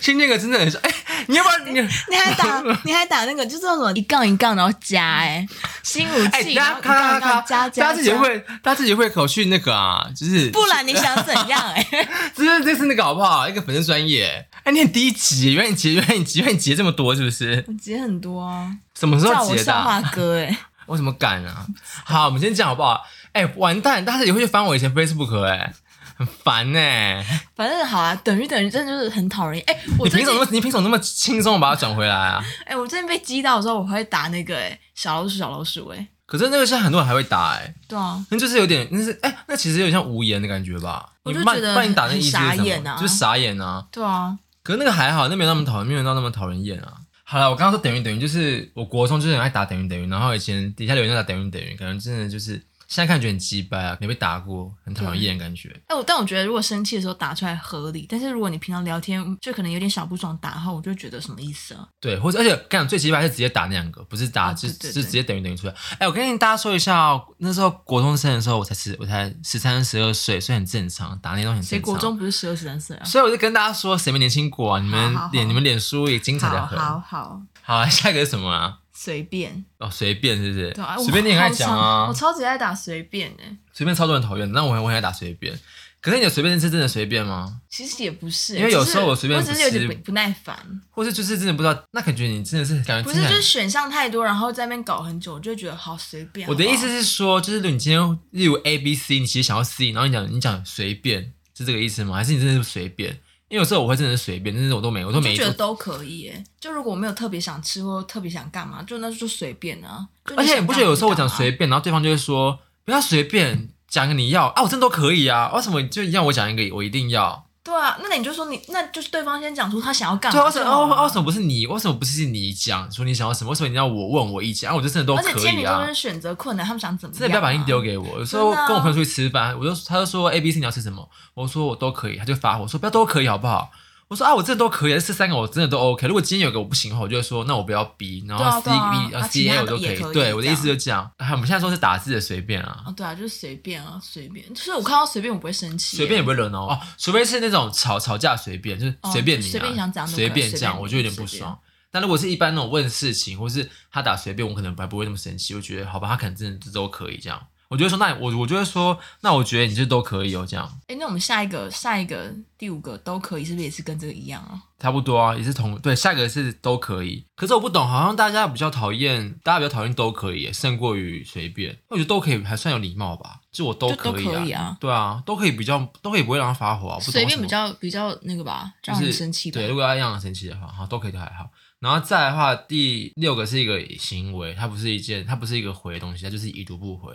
Speaker 2: 其实那个真的很像，哎、你要不要你？
Speaker 1: 你还 打，你还打那个，就是那种一杠一杠然后加哎、新武
Speaker 2: 哎、
Speaker 1: 器，然
Speaker 2: 大
Speaker 1: 后
Speaker 2: 家
Speaker 1: 一
Speaker 2: 咔
Speaker 1: 杠
Speaker 2: 咔
Speaker 1: 一
Speaker 2: 咔
Speaker 1: 杠
Speaker 2: 咔，
Speaker 1: 加加
Speaker 2: 大家自己
Speaker 1: 加，
Speaker 2: 会，大家自己会口去那个啊，就是
Speaker 1: 不然你想怎样哎、
Speaker 2: 这是这是那个好不好？一个粉丝专业，哎、你很低级，原来你结原来你结原来你结这么多是不是？
Speaker 1: 我截很多啊，
Speaker 2: 什么时
Speaker 1: 叫
Speaker 2: 候
Speaker 1: 我
Speaker 2: 结的
Speaker 1: 笑
Speaker 2: 啊、
Speaker 1: 话哥哎、
Speaker 2: 我怎么敢啊？好，我们先讲好不好？哎、完蛋，大家也会去翻我以前 Facebook 哎、很烦哎、
Speaker 1: 反正好啊，等于等于，真的就是很讨人厌哎、我
Speaker 2: 你
Speaker 1: 最
Speaker 2: 凭什
Speaker 1: 近
Speaker 2: 么那么你凭什么那么轻松地把它转回来 啊？
Speaker 1: 哎、我最近被击到的时候，我会打那个哎、小老鼠小老鼠哎、
Speaker 2: 可是那个现在很多人还会打哎、
Speaker 1: 对啊，
Speaker 2: 那就是有点，那是哎、那其实有点像无言的感觉吧？
Speaker 1: 我就
Speaker 2: 你慢
Speaker 1: 觉得
Speaker 2: 慢你打那
Speaker 1: 很
Speaker 2: 一句是
Speaker 1: 傻
Speaker 2: 什么
Speaker 1: 眼啊
Speaker 2: 就是傻眼啊。
Speaker 1: 对啊，
Speaker 2: 可是那个还好，那没有那么讨厌，没有到那么讨人厌啊。好了，我刚刚说等于等于，就是我国中就是很爱打等于等于，然后以前底下留言都打等于等于，可能真的就是现在看觉得很鸡掰啊，没被打过，很讨人厌的感觉。
Speaker 1: 哎、我但我觉得如果生气的时候打出来合理，但是如果你平常聊天就可能有点小不爽打后，我就觉得什么意思啊？
Speaker 2: 对，或者而且刚讲最鸡掰是直接打那两个，不是打、
Speaker 1: 哦
Speaker 2: 就
Speaker 1: 对对
Speaker 2: 就
Speaker 1: 对
Speaker 2: 直接等于等于出来。哎、我跟大家说一下、哦，那时候国中生的时候，我才十我才十三十二岁，所以很正常，打那些东西很正
Speaker 1: 谁
Speaker 2: 常。
Speaker 1: 国中不是十二十三岁啊？
Speaker 2: 所以我就跟大家说，谁没年轻过啊？你们
Speaker 1: 好好
Speaker 2: 脸
Speaker 1: 好
Speaker 2: 你们脸书也精彩的
Speaker 1: 好
Speaker 2: 很。
Speaker 1: 好好，
Speaker 2: 好下一个是什么啊？
Speaker 1: 随便，
Speaker 2: 哦，随便是不是
Speaker 1: 对啊，？
Speaker 2: 随便你也爱
Speaker 1: 爱
Speaker 2: 讲啊
Speaker 1: 我，超级爱打随便哎、
Speaker 2: 随便超多人讨厌。那我很我很爱打随便，可是你的随便是真的随便吗？
Speaker 1: 其实也不是欸、
Speaker 2: 因为有
Speaker 1: 只是
Speaker 2: 时候我随便
Speaker 1: 我只是有点
Speaker 2: 不
Speaker 1: 不
Speaker 2: 吃
Speaker 1: 不耐烦，
Speaker 2: 或是就是真的不知道？那感觉你真的是感觉
Speaker 1: 不
Speaker 2: 真
Speaker 1: 是
Speaker 2: 的
Speaker 1: 就
Speaker 2: 很
Speaker 1: 是选项太多，然后在那边搞很久，我就会觉得好随便。
Speaker 2: 我的
Speaker 1: 好不
Speaker 2: 意
Speaker 1: 好
Speaker 2: 思是说，就是你今天例如 A B C，你其实想要 C，然后你讲你讲随便是这个意思吗？还是你真的是随便？因为有时候我会真的是随便，但是我都没我都没
Speaker 1: 就觉
Speaker 2: 做
Speaker 1: 得都可以耶。就如果我没有特别想吃或特别想干嘛，就那就随便啊。就
Speaker 2: 而且
Speaker 1: 想
Speaker 2: 你不觉
Speaker 1: 干
Speaker 2: 得
Speaker 1: 嘛
Speaker 2: 有时候我
Speaker 1: 就
Speaker 2: 讲
Speaker 1: 干嘛
Speaker 2: 随便，然后对方就会说不要随便讲个你要啊，我真的都可以啊，为什么就让我讲一个我一定要？
Speaker 1: 对啊，那你就说你那就是对方先讲出他想要干
Speaker 2: 对啊，
Speaker 1: 嘛
Speaker 2: 为
Speaker 1: 就
Speaker 2: 什
Speaker 1: 好
Speaker 2: 么哦哦
Speaker 1: 了啊，
Speaker 2: 为什么不是你？为什么不是你讲说你想要什么？为什么你要我问我意见啊？我就真的都
Speaker 1: 而且
Speaker 2: 可
Speaker 1: 天
Speaker 2: 以
Speaker 1: 秤
Speaker 2: 啊
Speaker 1: 座就。是选择困难，他们想怎么样、啊？
Speaker 2: 真的不要把硬丢给我。有时候
Speaker 1: 真的啊
Speaker 2: 跟我朋友出去吃饭，我就他就说 A、B、C 你要吃什么，我说我都可以，他就发我说不要都可以好不好？我说啊，我真的都可以，这三个我真的都 OK。如果今天有个我不行的话，我就会说那我不要 B，然后 C、
Speaker 1: 对啊
Speaker 2: B、
Speaker 1: 对啊啊
Speaker 2: C、
Speaker 1: 其
Speaker 2: A
Speaker 1: 他
Speaker 2: 我都
Speaker 1: 也
Speaker 2: 以
Speaker 1: 可。以
Speaker 2: 对，我的
Speaker 1: 这
Speaker 2: 意
Speaker 1: 样
Speaker 2: 思就这样。啊我们现在说是打字的随便啊，
Speaker 1: 哦，对啊，就是随便啊，随便。就是我看到随便，我不会生气耶，
Speaker 2: 随便也不会惹哦。哦，除非是那种吵吵架随便，就是随便你、啊
Speaker 1: 哦随便想怎样都可以
Speaker 2: 随便这
Speaker 1: 随便
Speaker 2: 样，
Speaker 1: 你
Speaker 2: 我就有点不
Speaker 1: 随便
Speaker 2: 爽。但如果是一般那种问事情，或是他打随便，我可能还不会那么生气，我觉得好吧，他可能真的都可以这样。我就会说，那我我就会说，那我觉得你这都可以哦，这样
Speaker 1: 哎、那我们下一个、下一个、第五个都可以，是不是也是跟这个一样啊？
Speaker 2: 差不多啊，也是同对。下一个是都可以，可是我不懂，好像大家比较讨厌，大家比较讨厌都可以耶，胜过于随便。我觉得都可以还算有礼貌吧，就我都
Speaker 1: 就
Speaker 2: 可
Speaker 1: 都
Speaker 2: 以啊，
Speaker 1: 可以啊
Speaker 2: 对啊，都可以比较都可以不会让他发火啊，不懂
Speaker 1: 随
Speaker 2: 为什
Speaker 1: 便
Speaker 2: 么
Speaker 1: 比较比较那个吧，
Speaker 2: 就
Speaker 1: 让
Speaker 2: 是
Speaker 1: 人生气吧。
Speaker 2: 对，如果要让人生气的话，好都可以都还好。然后再来的话，第六个是一个行为，它不是一件，它不是一个回的东西，它就是已读不回，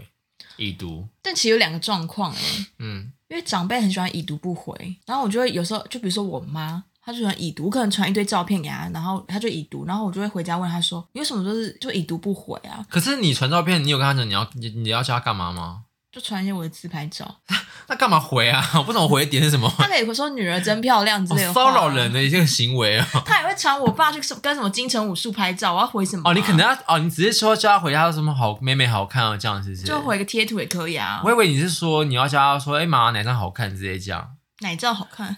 Speaker 2: 已读。
Speaker 1: 但其实有两个状况哎、
Speaker 2: 嗯，
Speaker 1: 因为长辈很喜欢已读不回，然后我就会有时候，就比如说我妈，她就喜欢已读，我可能传一堆照片给她，然后她就已读，然后我就会回家问她说，你为什么就是就已读不回啊？
Speaker 2: 可是你传照片，你有跟他讲你要你你要叫他干嘛吗？
Speaker 1: 就传一些我的自拍照，
Speaker 2: 那干嘛回啊？ 我不懂回的点是什么？
Speaker 1: 她可以说女儿真漂亮 之
Speaker 2: 哦
Speaker 1: 类的话
Speaker 2: 骚
Speaker 1: 啊
Speaker 2: 扰人。的一个行为啊！
Speaker 1: 她也会传我爸去跟什么金城武术拍照，我要回什么
Speaker 2: 哦，
Speaker 1: 啊、
Speaker 2: 你可能要哦，你直接说叫他回他什么好妹妹好看啊，这样是不是？
Speaker 1: 就回个贴图也可以啊
Speaker 2: 我。以为你是说你要叫他说，哎、妈哪张好看，直接这样，
Speaker 1: 奶照好看？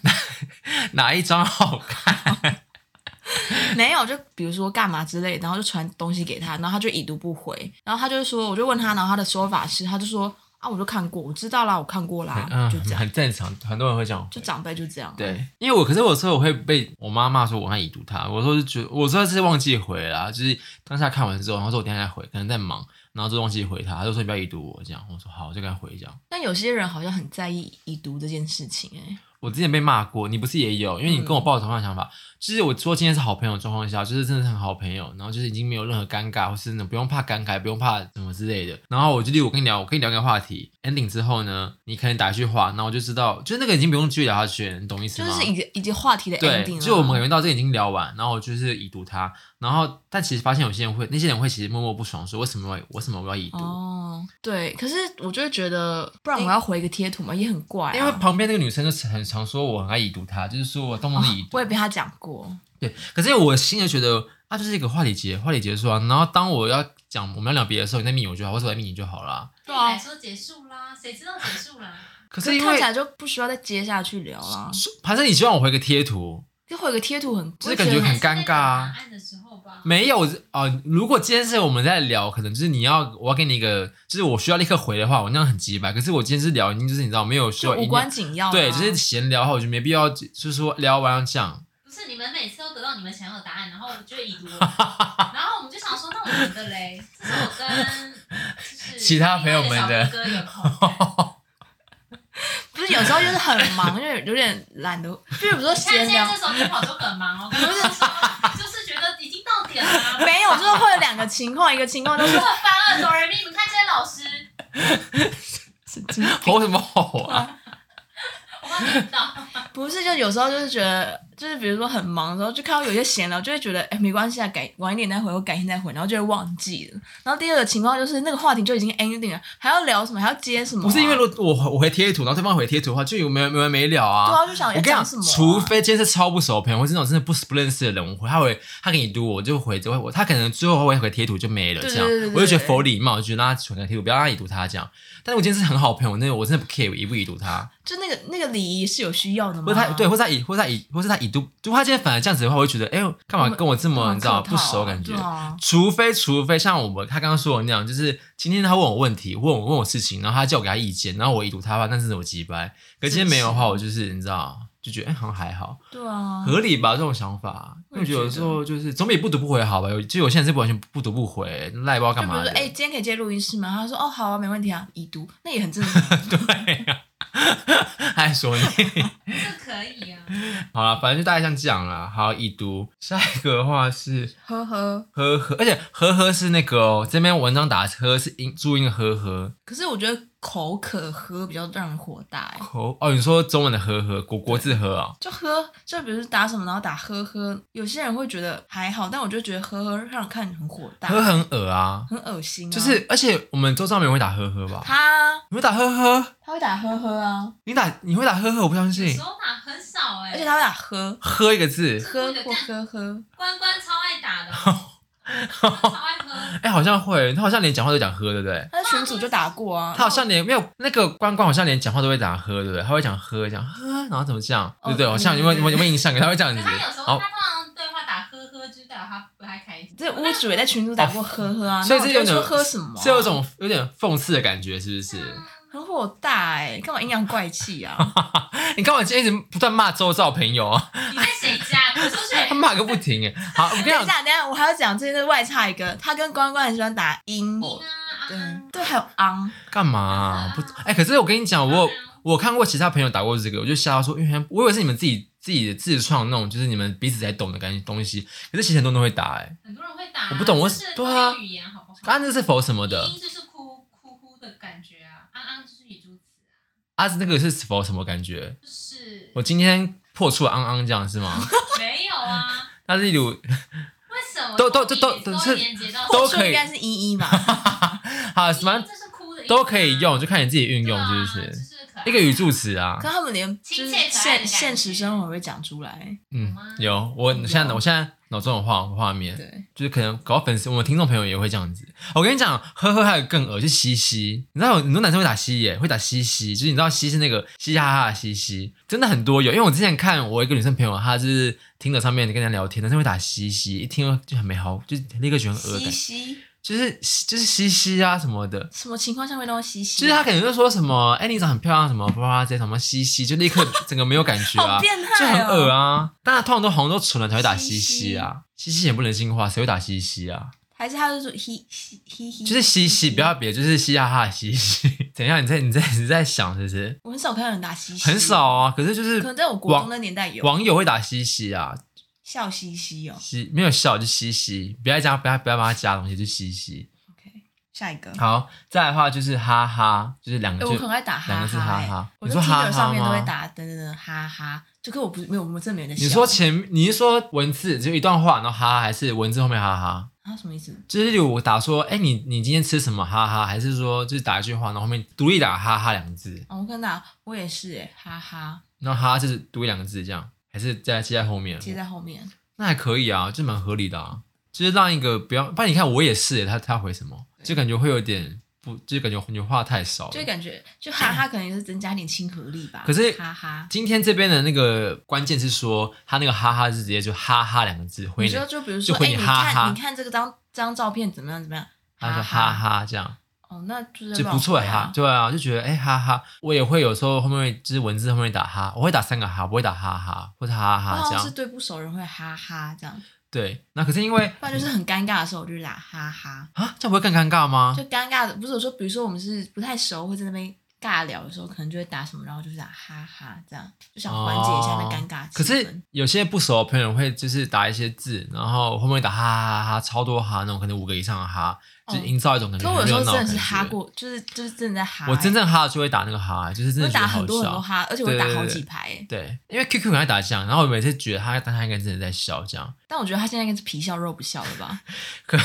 Speaker 2: 哪一张好看？
Speaker 1: 没有，就比如说干嘛之类，然后就传东西给他，然后他就已读不回，然后他就说，我就问他，然后他的说法是，他就说。啊，我就看过，我知道啦，我看过 啦，
Speaker 2: 嗯
Speaker 1: 就这，样
Speaker 2: 很，正常，很多人会这样。
Speaker 1: 就长辈就这样。，啊
Speaker 2: 对，因为我可是我说我会被我妈骂说我很已读她，我说是觉我说是忘记回啦，就是当下看完之后，然后说我等一下再回，可能在忙，然后就忘记回她，她就说你不要已读我这样，我说好，我就跟她回这样。
Speaker 1: 但有些人好像很在意已读这件事情、欸，
Speaker 2: 我之前被骂过，你不是也有？因为你
Speaker 1: 嗯
Speaker 2: 跟我抱着同样的想法，就是我说今天是好朋友的状况下，就是真的是很好朋友，然后就是已经没有任何尴尬，或是呢不用怕尴尬，不用怕什么之类的。然后我就例如我跟你聊，我跟你聊一个话题，ending 之后呢，你可能打一句话，那我就知道，就是那个已经不用继续聊下去了，你懂意思
Speaker 1: 就
Speaker 2: 吗？
Speaker 1: 是已经已经话题的
Speaker 2: 对
Speaker 1: ending，，了啊
Speaker 2: 就我们感觉到这个已经聊完，然后我就是已读他，然后但其实发现有些人会，那些人会其实默默不爽，说为什么我为什么我要已读？
Speaker 1: 哦，对，可是我就会觉得，不然我要回一个贴图嘛，也很怪、啊。
Speaker 2: 因为旁边那个女生就很常说我很爱已读她，就是说我动不动就已
Speaker 1: 我
Speaker 2: 读。
Speaker 1: 也被他讲过，
Speaker 2: 对，可是我心里觉得啊，就是一个话题结，话题结束啊。然后当我要讲我们要聊别的时候，你再密我就好，或者我来密你就好啦。
Speaker 1: 对啊
Speaker 5: 对你来说结束啦，谁知道结束 啦？
Speaker 2: 可
Speaker 1: 可
Speaker 2: 是
Speaker 1: 是
Speaker 2: 因
Speaker 1: 看
Speaker 2: 为
Speaker 1: 起来就不需要再接下去聊啦。
Speaker 2: 反正你希望我回个贴图，
Speaker 1: 就回个贴图很，
Speaker 2: 就是
Speaker 1: 我
Speaker 2: 感觉
Speaker 1: 得
Speaker 2: 很尴尬啊
Speaker 5: 还是在等答案的时候吧。
Speaker 2: 没有啊、呃如果今天是我们在聊，可能就是你要我要给你一个，就是我需要立刻回的话，我那样很急吧。可是我今天是聊，已经就是你知道没有需
Speaker 1: 就
Speaker 2: 要一
Speaker 1: 无
Speaker 2: 定
Speaker 1: 关紧要啦。啊
Speaker 2: 对，就是闲聊的话，我觉得没必要，就是说聊完要这样。
Speaker 5: 不是你们每次都得到你们想要的答案，然后就已 读了，然后我们就想说，那我们的嘞，这是我跟就是
Speaker 2: 其他朋友们的
Speaker 5: 另外一个小哥哥有空，
Speaker 1: 不是有时候就是很 忙，因为有点懒得，就比如说
Speaker 5: 你看
Speaker 1: 闲
Speaker 5: 现
Speaker 1: 聊
Speaker 5: 在这，时候你跑就 很忙哦，刚刚说就是觉得已经到点了啊，
Speaker 1: 没有，就是会有两个情况，一个情况就
Speaker 5: 我
Speaker 1: 是
Speaker 5: 很烦二哆来咪，你们看这些老师，
Speaker 1: 神经
Speaker 2: 吼什么吼啊？
Speaker 5: 我帮你引导，
Speaker 1: 不是，就有时候就是觉得，就是比如说很忙的时候，就看到有些闲聊，就会觉得哎、没关系啊，改晚一点再回，或改天再回，然后就会忘记了。然后第二个情况就是那个话题就已经 ending 了，还要聊什么，还要接什么啊、
Speaker 2: 不是因为如果我我回贴图，然后对方回贴图的话，就有没没完没了啊。
Speaker 1: 对啊，就想
Speaker 2: 我
Speaker 1: 要
Speaker 2: 跟你讲，
Speaker 1: 讲什么啊、
Speaker 2: 除非今天是超不熟的朋友，或是那种真的不不认识的人，我回他回他给你读，我就回我他可能最后会回贴图就没了
Speaker 1: 对
Speaker 2: 这样
Speaker 1: 对对，对
Speaker 2: 我就觉得佛礼貌，我就觉得让他传个贴图，不要让他已读他这样。但是我今天是很好朋友，那我真的不 care 已不已读他，
Speaker 1: 就那个那个礼仪是有需要的吗？
Speaker 2: 或者他对，或者他已或者他已或者他已读，如果他今天反而这样子的话，我会觉得哎呦，干嘛跟我这么你知道
Speaker 1: 干嘛客
Speaker 2: 不
Speaker 1: 套啊
Speaker 2: 熟感觉
Speaker 1: 对？啊，
Speaker 2: 除非除非像我们他刚刚说的那样，就是今天他问我问题，问我问我事情，然后他叫我给他意见，然后我已读他的话，但是我急掰。可今天没有的话，我就是你知道，就觉得哎、好像还好，
Speaker 1: 对啊，
Speaker 2: 合理吧这种想法。因
Speaker 1: 我
Speaker 2: 为
Speaker 1: 也
Speaker 2: 我觉得有
Speaker 1: 觉
Speaker 2: 时
Speaker 1: 得
Speaker 2: 候就是总比不读不回好吧？有就有些人是完全不读不回，赖不知道
Speaker 1: 就
Speaker 2: 干
Speaker 1: 比
Speaker 2: 嘛
Speaker 1: 如
Speaker 2: 的。
Speaker 1: 说哎、今天可以接录音室吗？他说哦，好啊，没问题啊，已读，那也很正常。
Speaker 2: 对呀、还说你
Speaker 5: 这可以啊，
Speaker 2: 好了，反正就大概像这样啦。好，已读。下一个的话是
Speaker 1: 呵呵，
Speaker 2: 呵呵，而且呵呵是那个哦，这篇文章打呵是音注音的呵呵。
Speaker 1: 可是我觉得口渴喝比较让人火大、欸。
Speaker 2: 口哦，你说中文的呵呵，国国字呵啊、
Speaker 1: 就喝，就比如说打什么，然后打呵呵，有些人会觉得还好，但我就觉得呵呵让人看着很火大，
Speaker 2: 呵很恶啊，
Speaker 1: 很恶心、啊。
Speaker 2: 就是而且我们周遭没有人会打呵呵吧？
Speaker 1: 他
Speaker 2: 你会打呵呵？
Speaker 1: 他会打呵呵啊，
Speaker 2: 你打你会打呵呵？我不相
Speaker 5: 有
Speaker 2: 信
Speaker 5: 时。候打很少哎，
Speaker 1: 而且他会打呵
Speaker 2: 呵一个字，
Speaker 1: 呵或呵呵，
Speaker 5: 关关超爱打的哦， 关关超爱喝，
Speaker 2: 哎、好像会，他好像连讲话都讲呵，对不对？
Speaker 1: 他的群主就打过啊
Speaker 2: 他。好像连没有那个关关，好像连讲话都会打呵，对不对？他会讲呵，讲呵，然后怎么讲，对不对？
Speaker 1: 哦
Speaker 2: 好像有没有
Speaker 1: 对
Speaker 2: 有没有有没有印象？他会这样
Speaker 5: 可
Speaker 2: 子，
Speaker 5: 他有时
Speaker 2: 然后
Speaker 5: 候他通常对话打呵呵，就是代表他不太开心。
Speaker 1: 这屋主也在群主打过呵呵啊，
Speaker 2: 所以
Speaker 1: 那
Speaker 2: 这有
Speaker 1: 我就
Speaker 2: 点
Speaker 1: 说喝什么啊、
Speaker 2: 是有一种有点讽刺的感觉，是不是？
Speaker 1: 很火大哎、干嘛阴阳怪气啊？
Speaker 2: 你看我今天一直不断骂周遭朋友啊，
Speaker 5: 你在谁家？你出去。
Speaker 2: 他骂个不停哎。好， 我跟你
Speaker 1: 等
Speaker 2: 讲
Speaker 1: 一，下，等一下，我还要讲，这是外差一个，他跟关关很喜欢打音，
Speaker 5: 啊
Speaker 1: 对对，还有昂，
Speaker 2: 干嘛啊、不，哎、可是我跟你讲，我有我看过其他朋友打过这个，我就吓到说，因为我以为是你们自己自己的自创那种，就是你们彼此才懂的感东西。可是其实很多人都会打、哎，
Speaker 5: 很多人会打，
Speaker 2: 我不懂我
Speaker 5: 就是
Speaker 2: 对啊
Speaker 5: 多语言好不好？
Speaker 2: 刚刚那是否什么的
Speaker 5: 音？就是哭哭哭的感觉啊，安安就是语助词啊，
Speaker 2: 啊，那个是否什么感觉？
Speaker 5: 就是
Speaker 2: 我今天破处了昂昂这样是吗？
Speaker 5: 没 有啊，
Speaker 2: 那例如
Speaker 5: 为什么
Speaker 2: 都都
Speaker 5: 都
Speaker 2: 都都是
Speaker 5: 连接到
Speaker 2: 都
Speaker 1: 就
Speaker 2: 可以
Speaker 1: 应该是一一嘛，
Speaker 2: 好
Speaker 5: 啊
Speaker 2: 什么
Speaker 5: 这是哭的意思啊
Speaker 2: 都可以用，就看你自己运
Speaker 5: 对
Speaker 2: 用
Speaker 5: 啊
Speaker 2: 是不？
Speaker 5: 就是是可爱
Speaker 2: 一个语助词啊
Speaker 1: 可，他们连就是
Speaker 5: 亲切可
Speaker 1: 现
Speaker 5: 爱的感觉
Speaker 1: 现实生活会讲出来，
Speaker 2: 嗯，有。我现在我现在脑中有画画面，
Speaker 1: 对，
Speaker 2: 就是可能搞粉丝，我们听众朋友也会这样子。我跟你讲，呵呵，还有更恶，就嘻嘻。你知道有很多男生会打嘻耶，会打嘻嘻，就是你知道嘻是那个嘻嘻哈哈的嘻嘻，真的很多有。因为我之前看我一个女生朋友，她就是听着上面跟人家聊天，男生会打嘻嘻，一听就很没好，就立刻觉得很恶
Speaker 1: 西
Speaker 2: 感。
Speaker 1: 西
Speaker 2: 就是就是西西啊什么的，
Speaker 1: 什么情况下会让我洗洗？
Speaker 2: 就是他可能就说什么，哎、你长得很漂亮，什么哇哇这些什么西西，就立刻整个没有感觉啊，
Speaker 1: 好变态哦
Speaker 2: 就很恶啊。但他通常都红都蠢了才会打西西啊，西西也不人性化，谁会打西西啊？
Speaker 1: 还是他就说嘻嘻嘻嘻，
Speaker 2: 就是西西，不要别就是嘻哈哈的西西。怎样？你在你在你在想是不是？
Speaker 1: 我很少看到人打嘻嘻，
Speaker 2: 很少，啊，可是就是
Speaker 1: 可能在我国中那年代有
Speaker 2: 网友会打西西啊，
Speaker 1: 笑嘻嘻哦。
Speaker 2: 西没有笑就西西，不要加不要不要帮他加东西就西西。
Speaker 1: OK，下一个，
Speaker 2: 好，再来的话就是哈哈，就是两个
Speaker 1: 哎
Speaker 2: 就
Speaker 1: 我很爱打哈
Speaker 2: 两
Speaker 1: 哈、
Speaker 2: 个
Speaker 1: 欸，
Speaker 2: 字哈哈
Speaker 1: 我
Speaker 2: 你说
Speaker 1: 在
Speaker 2: 哈哈
Speaker 1: Twitter 上面都会
Speaker 2: 吗
Speaker 1: 打等等等哈哈，就可我不是没有，我们真的没有在笑。
Speaker 2: 你说前你是说文字就一段话，然后哈哈，还是文字后面哈哈？
Speaker 1: 啊什么意思？
Speaker 2: 就是例如我打说，哎、你你今天吃什么？哈哈，还是说就是打一句话，然后后面独立打哈哈两个字，
Speaker 1: 哦，我跟大家，我也是哎、哈哈，
Speaker 2: 然后哈哈就是独立两个字这样，还是再接在后面？
Speaker 1: 接在后面。
Speaker 2: 那还可以啊，就蛮合理的啊，就是让一个不要，不然你看我也是耶，他他回什么，就感觉会有点不，就感觉你话太少了。
Speaker 1: 就感觉就哈哈，可能也是增加点亲和力吧。
Speaker 2: 可是
Speaker 1: 哈哈，
Speaker 2: 今天这边的那个关键是说，他那个哈哈是直接就哈哈两个字回
Speaker 1: 你
Speaker 2: 你
Speaker 1: 说，就比如
Speaker 2: 就
Speaker 1: 说，
Speaker 2: 会
Speaker 1: 哎、
Speaker 2: 你
Speaker 1: 你
Speaker 2: 哈哈
Speaker 1: 看你看这个张张照片怎么样怎么样？
Speaker 2: 他说哈
Speaker 1: 哈，
Speaker 2: 哈这样
Speaker 1: 哦，那就是
Speaker 2: 就不错
Speaker 1: 乱回
Speaker 2: 哈
Speaker 1: 啊，。
Speaker 2: 对啊，就觉得哎、哈哈，我也会有时候后面就是文字后面打哈，我会打三个哈，不会打哈哈或者哈
Speaker 1: 我
Speaker 2: 哈这
Speaker 1: 好像哦是
Speaker 2: 样。
Speaker 1: 对不熟人会哈哈这样，
Speaker 2: 对，那可是因为
Speaker 1: 不然就是很尴尬的时候我就打哈哈，
Speaker 2: 啊，这样不会更尴尬吗
Speaker 1: 就？尴尬的不是我说，比如说我们是不太熟，会在那边尬聊的时候，可能就会打什么，然后就是打哈哈这样，就想缓解一下那尴尬气氛。
Speaker 2: 可是有些不熟的朋友会就是打一些字，然后后面打哈哈哈哈，超多哈那种，可能五个以上的哈，
Speaker 1: 哦
Speaker 2: 就营造一种感觉
Speaker 1: 可我
Speaker 2: 很
Speaker 1: 有时
Speaker 2: 热
Speaker 1: 候
Speaker 2: 闹
Speaker 1: 真
Speaker 2: 的感
Speaker 1: 的是
Speaker 2: 觉。
Speaker 1: 哈过，就是就是真的在哈欸、
Speaker 2: 我真正哈就会打那个哈，就是真
Speaker 1: 我
Speaker 2: 的觉
Speaker 1: 打
Speaker 2: 得
Speaker 1: 很
Speaker 2: 好
Speaker 1: 多很多
Speaker 2: 笑。
Speaker 1: 哈，而且我
Speaker 2: 对
Speaker 1: 打
Speaker 2: 对
Speaker 1: 好
Speaker 2: 对
Speaker 1: 几排欸
Speaker 2: 对，因为 QQ 很爱打酱，然后我每次觉得他他应该真的在笑这样。
Speaker 1: 但我觉得他现在应该是皮笑肉不笑了吧？
Speaker 2: 可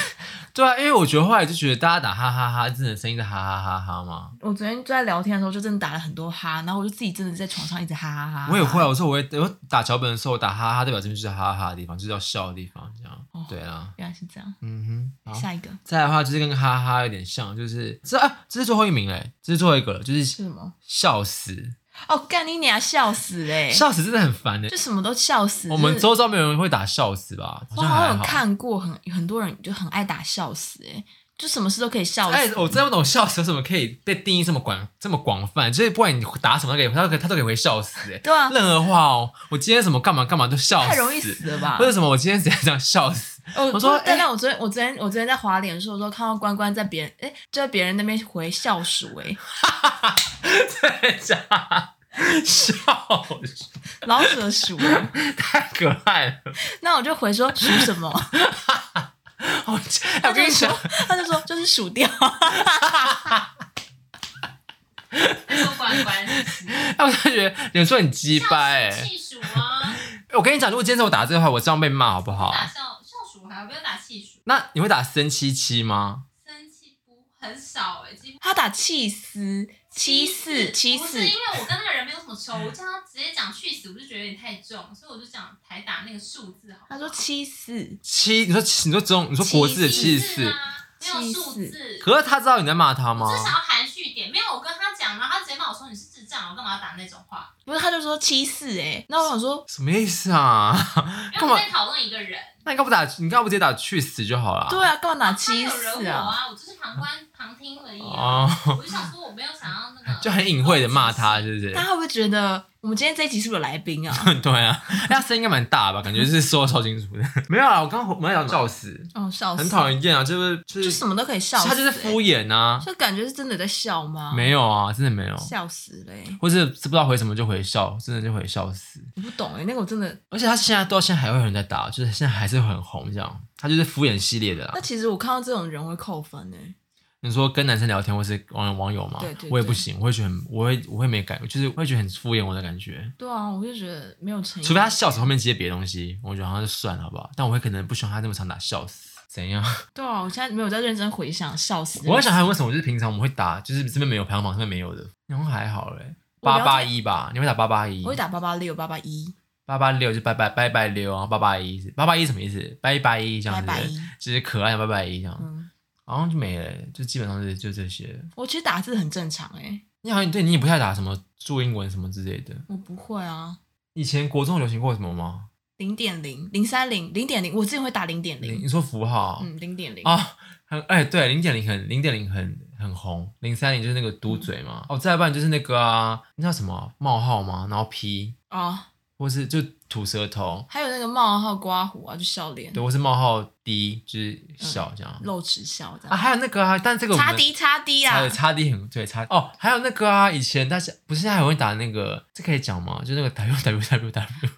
Speaker 2: 对啊，因为我觉得后来就觉得大家打哈哈哈，真的声音是哈哈哈哈嘛。
Speaker 1: 我昨天就在聊天的时候，就真的打了很多哈，然后我就自己真的在床上一直哈哈哈。
Speaker 2: 我也会啊，我说我会，我打脚本的时候我打哈哈，代表这边就是哈哈哈的地方，就是要笑的地方这样。
Speaker 1: 哦
Speaker 2: 对啊，
Speaker 1: 原来是这样。
Speaker 2: 嗯哼，好。
Speaker 1: 下一个
Speaker 2: 再来的话就是跟哈哈有点像，就是这啊，这是最后一名嘞，这是最后一个了，就是
Speaker 1: 什么？
Speaker 2: 笑死，
Speaker 1: 哦，干你娘，笑死嘞、
Speaker 2: 笑死真的很烦的
Speaker 1: 就。什么都笑死。
Speaker 2: 我们
Speaker 1: 就是
Speaker 2: 周遭没有人会打笑死吧？好
Speaker 1: 我
Speaker 2: 像
Speaker 1: 好
Speaker 2: 还
Speaker 1: 像有
Speaker 2: 好。
Speaker 1: 看过很很多人就很爱打笑死、欸，就什么事都可以笑死。
Speaker 2: 哎，我真的不懂笑死有什么可以被定义这么广这么广泛，就是不管你打什么都可以，他都可以他都可以回笑死、哎，
Speaker 1: 对啊，
Speaker 2: 任何话哦，我今天什么干嘛干嘛都笑死，
Speaker 1: 太容易死了吧
Speaker 2: 或？者什么我今天怎样怎样笑 死，
Speaker 1: 哦
Speaker 2: 我说
Speaker 1: 不但
Speaker 2: 哎
Speaker 1: 但我昨天我昨天我昨天在滑脸书的时候，看到关关在别人哎、就在别人那边回笑鼠哎、
Speaker 2: 对假笑死，
Speaker 1: 老鼠的鼠、欸，
Speaker 2: 太可爱了。
Speaker 1: 那我就回说鼠什么？
Speaker 2: 我
Speaker 1: 他
Speaker 2: 哎我跟
Speaker 1: 就
Speaker 2: 你
Speaker 1: 说
Speaker 2: 讲，
Speaker 1: 他就说就是鼠掉。
Speaker 5: 说关关是不是
Speaker 2: 哎我就觉得有时候很鸡掰、
Speaker 5: 笑
Speaker 2: 哎
Speaker 5: 鼠气鼠啊，
Speaker 2: 我跟你讲，如果今天是我打这个话，我这样被骂好不好？
Speaker 5: 打笑笑鼠还不要打气鼠，
Speaker 2: 那你会打三七七吗？
Speaker 5: 生气不很少哎，几乎
Speaker 1: 他打气死，七四七
Speaker 5: 不
Speaker 1: 四嗯
Speaker 5: 是因，为我跟那个人没有什么仇，我叫他直接讲去死，我就觉得有点太重，所以我就讲台打那个数字好了。
Speaker 1: 他说七四，
Speaker 2: 七，你说七，你说中，你说国字的七
Speaker 5: 七
Speaker 2: 十四，
Speaker 5: 啊，没有数字。
Speaker 2: 可是他知道你在骂他吗？
Speaker 5: 我只是想要含蓄一点，没有我跟他讲，然后他直接骂我说你是智障，我干嘛要打那种话？
Speaker 1: 不是他就说七四哎，那我想说
Speaker 2: 什么意思啊？
Speaker 5: 因为
Speaker 2: 干
Speaker 5: 我
Speaker 2: 嘛
Speaker 5: 们在讨论一个人，
Speaker 2: 那你干嘛不打？你干嘛不直接打去死就好了？
Speaker 1: 对啊，干嘛拿
Speaker 5: 他
Speaker 1: 七
Speaker 5: 有惹
Speaker 1: 四
Speaker 5: 我
Speaker 1: 啊？
Speaker 5: 啊，我就是旁观旁听而已啊。
Speaker 2: 哦，
Speaker 5: 我就想说我没有想 要那个，
Speaker 2: 就很隐晦的骂他，是不是
Speaker 1: 大？ 家会不会觉得我们今天这一集是不是有来 宾啊？
Speaker 2: 对啊，那声音应该蛮大吧？感觉是说得超清楚的。 没有啦，我刚刚我们在讲笑死，
Speaker 1: 哦，笑死，
Speaker 2: 很讨人厌啊，就是就
Speaker 1: 就是什么都可以笑死、
Speaker 2: 他就是敷
Speaker 1: 衍，
Speaker 2: 衍啊，
Speaker 1: 就感觉是真的在笑吗？
Speaker 2: 没有啊，真的没有，
Speaker 1: 笑死嘞、欸，
Speaker 2: 或是不知道回什么就回笑，真的就回笑死。
Speaker 1: 我不懂哎、那个我真的，
Speaker 2: 而且他现在到现在还会有人在打，就是现在还是很红这样。他就是敷衍系列的啦
Speaker 1: 那。其实我看到这种人会扣分哎、
Speaker 2: 你说跟男生聊天或是网网友嘛，
Speaker 1: 对对对
Speaker 2: 我也不行，我会觉得很我会我会没感，就是会觉得很敷衍我的感觉。
Speaker 1: 对啊，我就觉得没有诚意。
Speaker 2: 除非他笑死后面接别的东西，我觉得好像就算了，好不好？但我会可能不喜欢他那么常打笑死，怎样？
Speaker 1: 对啊，我现在没有在认真回想，笑死。
Speaker 2: 我在想还有没有什么，就是平常我们会打，就是这边没有排行榜上面没有的，然后还好嘞，
Speaker 1: 我
Speaker 2: 八
Speaker 1: 了解
Speaker 2: 八一吧，你会打八八一？
Speaker 1: 我会打八八六、八八一、
Speaker 2: 八八六就拜拜拜拜六，然后啊八八一是八八一什么意思？拜拜一这样
Speaker 1: 八
Speaker 2: 子，
Speaker 1: 八一，
Speaker 2: 就是可爱的拜拜一这样，
Speaker 1: 嗯。
Speaker 2: 好像就没了，就基本上是就这些。
Speaker 1: 我其实打字很正常哎、
Speaker 2: 你好像对你也不太打什么注英文什么之类的，
Speaker 1: 我不会啊。
Speaker 2: 以前国中有流行过什么吗？
Speaker 1: 零点零零三零零点零，我之前会打零点
Speaker 2: 你
Speaker 1: 零，
Speaker 2: 你说符号
Speaker 1: 嗯，零点零
Speaker 2: 啊、很哎、对，零点零很零点零很很红，零三零就是那个嘟嘴
Speaker 1: 嗯
Speaker 2: 嘛。哦，再不然就是那个啊，那叫什么冒号吗？然后 P
Speaker 1: 哦，
Speaker 2: 或是就吐舌头，
Speaker 1: 还有那个冒号刮胡啊，就笑脸
Speaker 2: 对，或是冒号 D 就是小这样、
Speaker 1: 露齿笑这
Speaker 2: 啊。
Speaker 1: 样，
Speaker 2: 还有那个啊，但这个我们
Speaker 1: 擦滴擦滴
Speaker 2: 还有
Speaker 1: 嗯啊，
Speaker 2: 擦地很对擦哦，还有那个啊，以前大家不是还会打那个，这可以讲吗？就那个 W W W W，